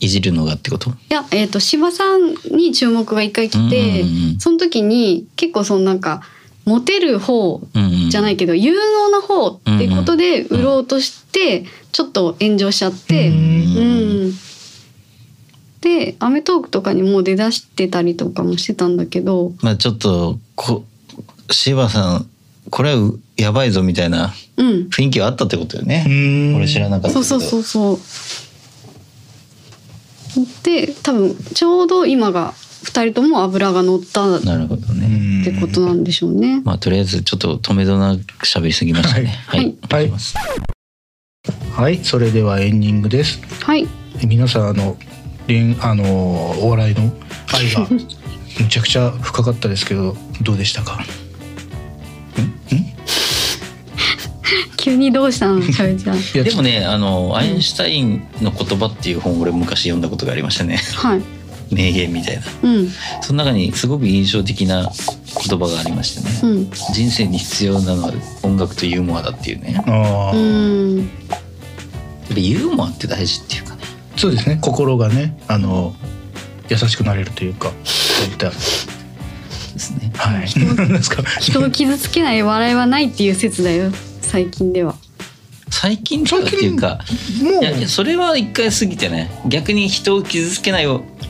Speaker 3: いじるのがってこと
Speaker 4: いや、えー、と芝さんに注目が一回来て、
Speaker 3: うんうんうん
Speaker 4: その時に結構そのなんかモテる方
Speaker 3: うんうん
Speaker 4: じゃないけど、有能な方ってことで売ろうとして、ちょっと炎上しちゃって。
Speaker 2: うん
Speaker 4: うん、で『アメトーーク』とかにもう出だしてたりとかもしてたんだけど
Speaker 3: まあちょっとこ柴さんこれはうやばいぞみたいな
Speaker 4: うん
Speaker 3: 雰囲気はあったってことよね、
Speaker 2: ん
Speaker 3: 俺知らなかったけ
Speaker 4: そ
Speaker 3: ど
Speaker 4: うそうそうそうで多分ちょうど今が2人とも油が乗ったっ
Speaker 3: なるほど
Speaker 2: う
Speaker 3: ね、
Speaker 2: ん
Speaker 4: てことなんでしょうね。
Speaker 3: まあとりあえずちょっと止めどなく喋りすぎましたね
Speaker 4: はい
Speaker 2: はい
Speaker 3: お願いします
Speaker 2: はいそれではエンディングです
Speaker 4: はい、
Speaker 2: え皆さんあの恋あのお笑いの愛がめちゃくちゃ深かったですけどどうでしたか
Speaker 4: 急にどうしたのしゃべちゃん。
Speaker 2: いや
Speaker 3: でもねあのアインシュタインの言葉っていう本俺昔読んだことがありましたね
Speaker 4: はい、
Speaker 3: 名言みたいな
Speaker 4: うん、
Speaker 3: その中にすごく印象的な言葉がありましてね、
Speaker 4: うん、
Speaker 3: 人生に必要なのは音楽とユーモアだっていうねやっ
Speaker 2: ああ、
Speaker 4: うん、
Speaker 3: ぱりユーモアって大事っていうかね
Speaker 2: そうですね心がねあの優しくなれるというかそういった
Speaker 3: ですね
Speaker 2: はい何ですか
Speaker 4: 人を傷つけない笑いはないっていう説だよ最近では。
Speaker 3: 最近とかっていうか
Speaker 2: もう
Speaker 3: いやいやそれは一回過ぎてね逆に人を傷つけない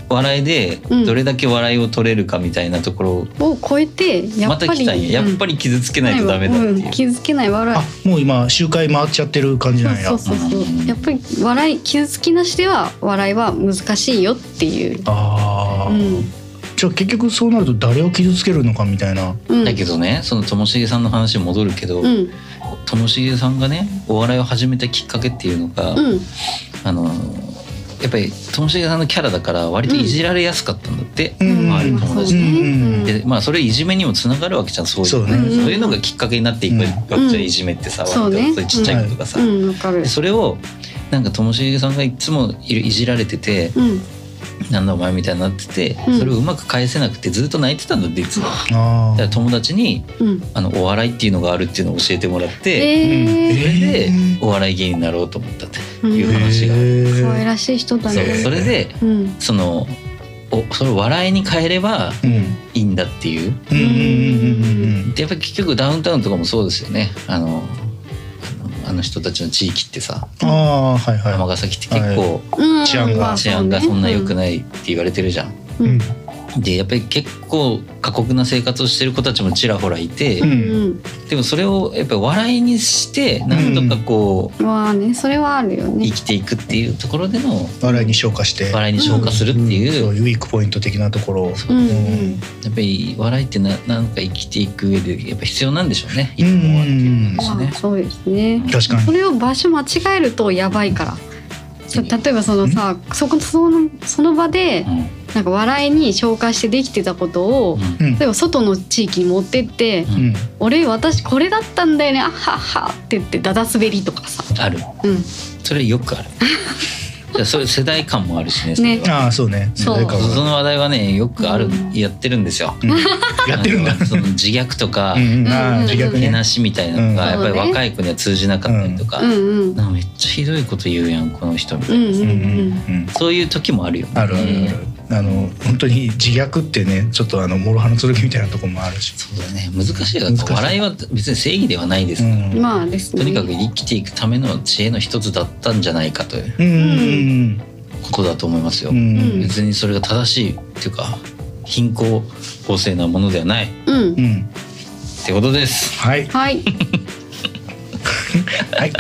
Speaker 3: 笑いで
Speaker 4: うん
Speaker 3: どれだけ笑いを取れるかみたいなところを
Speaker 4: を超えてや
Speaker 3: ま
Speaker 4: ったぱ
Speaker 3: 来
Speaker 4: り、
Speaker 3: たんややっぱり傷つけないとダメだって
Speaker 4: う
Speaker 3: い
Speaker 4: ん
Speaker 3: う。
Speaker 4: 傷つけない笑い
Speaker 2: あもう今周回回っちゃってる感じなんや
Speaker 4: そうそうそうそう、
Speaker 3: うん
Speaker 4: やっぱり笑い傷つきなしでは笑いは難しいよっていう、
Speaker 2: ああ、
Speaker 4: うん
Speaker 2: じゃあ結局そうなると誰を傷つけるのかみたいな
Speaker 4: うん、
Speaker 3: だけどねそのともしげさんの話に戻るけど
Speaker 4: うん
Speaker 3: ともしげさんがねお笑いを始めたきっかけっていうのが、
Speaker 4: うん
Speaker 3: あのやっぱりともしげさんのキャラだから割といじられやすかったんだって、
Speaker 2: うん
Speaker 3: 周りの友達
Speaker 2: にうん
Speaker 3: でまあそれいじめにもつながるわけじゃんそういう
Speaker 2: そうね
Speaker 3: んそういうのがきっかけになっていくわけじゃん、いじめってさ割と
Speaker 4: そうね
Speaker 3: そういうちっちゃいことがさ、
Speaker 4: うんわかる
Speaker 3: でそれをなんかともしげさんがいつもいるいじられてて
Speaker 4: うん
Speaker 3: 「なんだお前」みたいになってて
Speaker 4: うん
Speaker 3: それをうまく返せなくてずっと泣いてたんだっていつも。だ
Speaker 2: あー
Speaker 3: から友達に
Speaker 4: うん
Speaker 3: あのお笑いっていうのがあるっていうのを教えてもらって、
Speaker 4: え
Speaker 2: え
Speaker 4: ー
Speaker 2: ー
Speaker 3: それで
Speaker 2: うん
Speaker 3: お笑い芸人になろうと思ったって
Speaker 4: うん
Speaker 3: いう話が、
Speaker 2: へ
Speaker 4: 可愛
Speaker 2: ー
Speaker 4: らしい人だ
Speaker 3: そう
Speaker 4: ね
Speaker 3: それで
Speaker 4: うん
Speaker 3: そのおそれを笑いに変えれば
Speaker 2: うん
Speaker 3: いいんだっていう
Speaker 2: うんうんうんうん
Speaker 3: でやっぱり結局ダウンタウンとかもそうですよねあのあのあの人たちの地域ってさ
Speaker 2: ああーはいは
Speaker 3: 尼崎って結構
Speaker 4: うん
Speaker 2: 治安が
Speaker 4: まあ
Speaker 3: 治安がそんな良く
Speaker 4: い
Speaker 3: ないって言われてるじゃん。
Speaker 2: い
Speaker 4: うん
Speaker 3: でやっぱり結構過酷な生活をしてる子たちもちらほらいて、
Speaker 2: うん
Speaker 4: うん
Speaker 3: でもそれをやっぱり笑いにしてなんとかこう、
Speaker 4: うんまあねそれはあるよね
Speaker 3: 生きていくっていうところでの
Speaker 2: 笑いに消化して
Speaker 3: 笑いに消化するっていう、
Speaker 2: そういうウィークポイント的なところを
Speaker 4: うんうん
Speaker 3: やっぱり笑いってななんか生きていく上でやっぱ必要なんでしょうね。
Speaker 2: う
Speaker 3: い
Speaker 2: ん
Speaker 3: つもはっていう
Speaker 4: ま
Speaker 3: 話
Speaker 4: あ
Speaker 3: ね
Speaker 4: そうですね
Speaker 2: 確か
Speaker 4: そ
Speaker 2: に
Speaker 4: れを場所間違えるとやばいからそう例えばそのさそこそのその場で
Speaker 3: うん
Speaker 4: なんか笑いに消化してできてたことを
Speaker 3: うん
Speaker 2: うん
Speaker 4: 例えば外の地域に持ってって
Speaker 3: う
Speaker 2: うん
Speaker 4: 「俺私これだったんだよねあはは」って言ってダダ滑りとかさ、
Speaker 3: ある
Speaker 4: うん、
Speaker 3: それよく あるじゃあそれ世代間もあるしねそれは
Speaker 2: ああそうね
Speaker 4: そう
Speaker 2: 誰か
Speaker 3: そ
Speaker 2: が
Speaker 3: うその話題はねよくある、
Speaker 4: うん
Speaker 3: やってるんですよ
Speaker 2: うんやってるんだ
Speaker 3: あのその自虐とか
Speaker 2: うんうん
Speaker 4: うん
Speaker 2: あ
Speaker 4: う
Speaker 2: あ
Speaker 4: ん
Speaker 2: 自虐
Speaker 3: け
Speaker 2: ね
Speaker 3: なしみたいなのが、
Speaker 4: うん
Speaker 3: やっぱり若い子には通じなかったりとか,、
Speaker 4: うんうん
Speaker 3: なんかめっちゃひどいこと言うやんこの人みた
Speaker 4: う
Speaker 3: いな、
Speaker 4: ん
Speaker 2: う
Speaker 4: うん
Speaker 2: んう
Speaker 4: うん
Speaker 2: ん
Speaker 3: そういう時もあるよね
Speaker 2: あるあるある。あの本当に自虐ってね、ちょっとあの諸刃の剣みたいなところもあるし。
Speaker 3: そうだね難しいよ
Speaker 2: 難しい
Speaker 3: 笑いは別に正義ではないです、
Speaker 2: うん
Speaker 4: まあですね
Speaker 3: とにかく生きていくための知恵の一つだったんじゃないかという
Speaker 2: うんうん
Speaker 3: ことだと思いますよ、
Speaker 2: うんうん
Speaker 3: 別にそれが正しいっていうか貧困法制なものではないっ
Speaker 4: うん
Speaker 2: う、ん。
Speaker 3: てことです
Speaker 2: はい
Speaker 4: はい
Speaker 2: はい。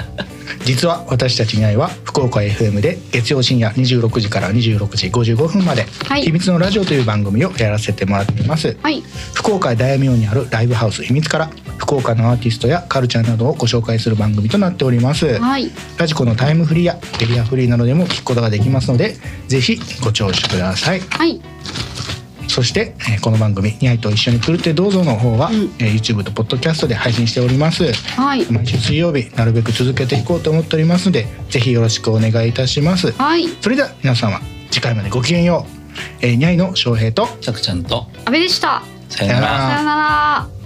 Speaker 2: 実は私たちに愛は福岡 FM で月曜深夜26時から26時55分まで、
Speaker 4: はい
Speaker 2: 秘密のラジオという番組をやらせてもらっています。
Speaker 4: はい
Speaker 2: 福岡大名にあるライブハウス秘密から福岡のアーティストやカルチャーなどをご紹介する番組となっております。
Speaker 4: はい
Speaker 2: ラジコのタイムフリーやエリアフリーなどでも聞くことができますので、ぜひご聴取ください。
Speaker 4: はい
Speaker 2: そして、えーこの番組「ニャイと一緒に来るってどうぞ」の方は、
Speaker 4: うん
Speaker 2: えー YouTube と Podcast で配信しております
Speaker 4: はい
Speaker 2: 毎週水曜日なるべく続けていこうと思っておりますのでぜひよろしくお願いいたします
Speaker 4: はい
Speaker 2: それでは皆様次回までごきげんよう、えー、ニャイの翔平と
Speaker 3: さくちゃんと
Speaker 4: 阿部でした
Speaker 3: さよなら
Speaker 2: さよなら
Speaker 4: さよなら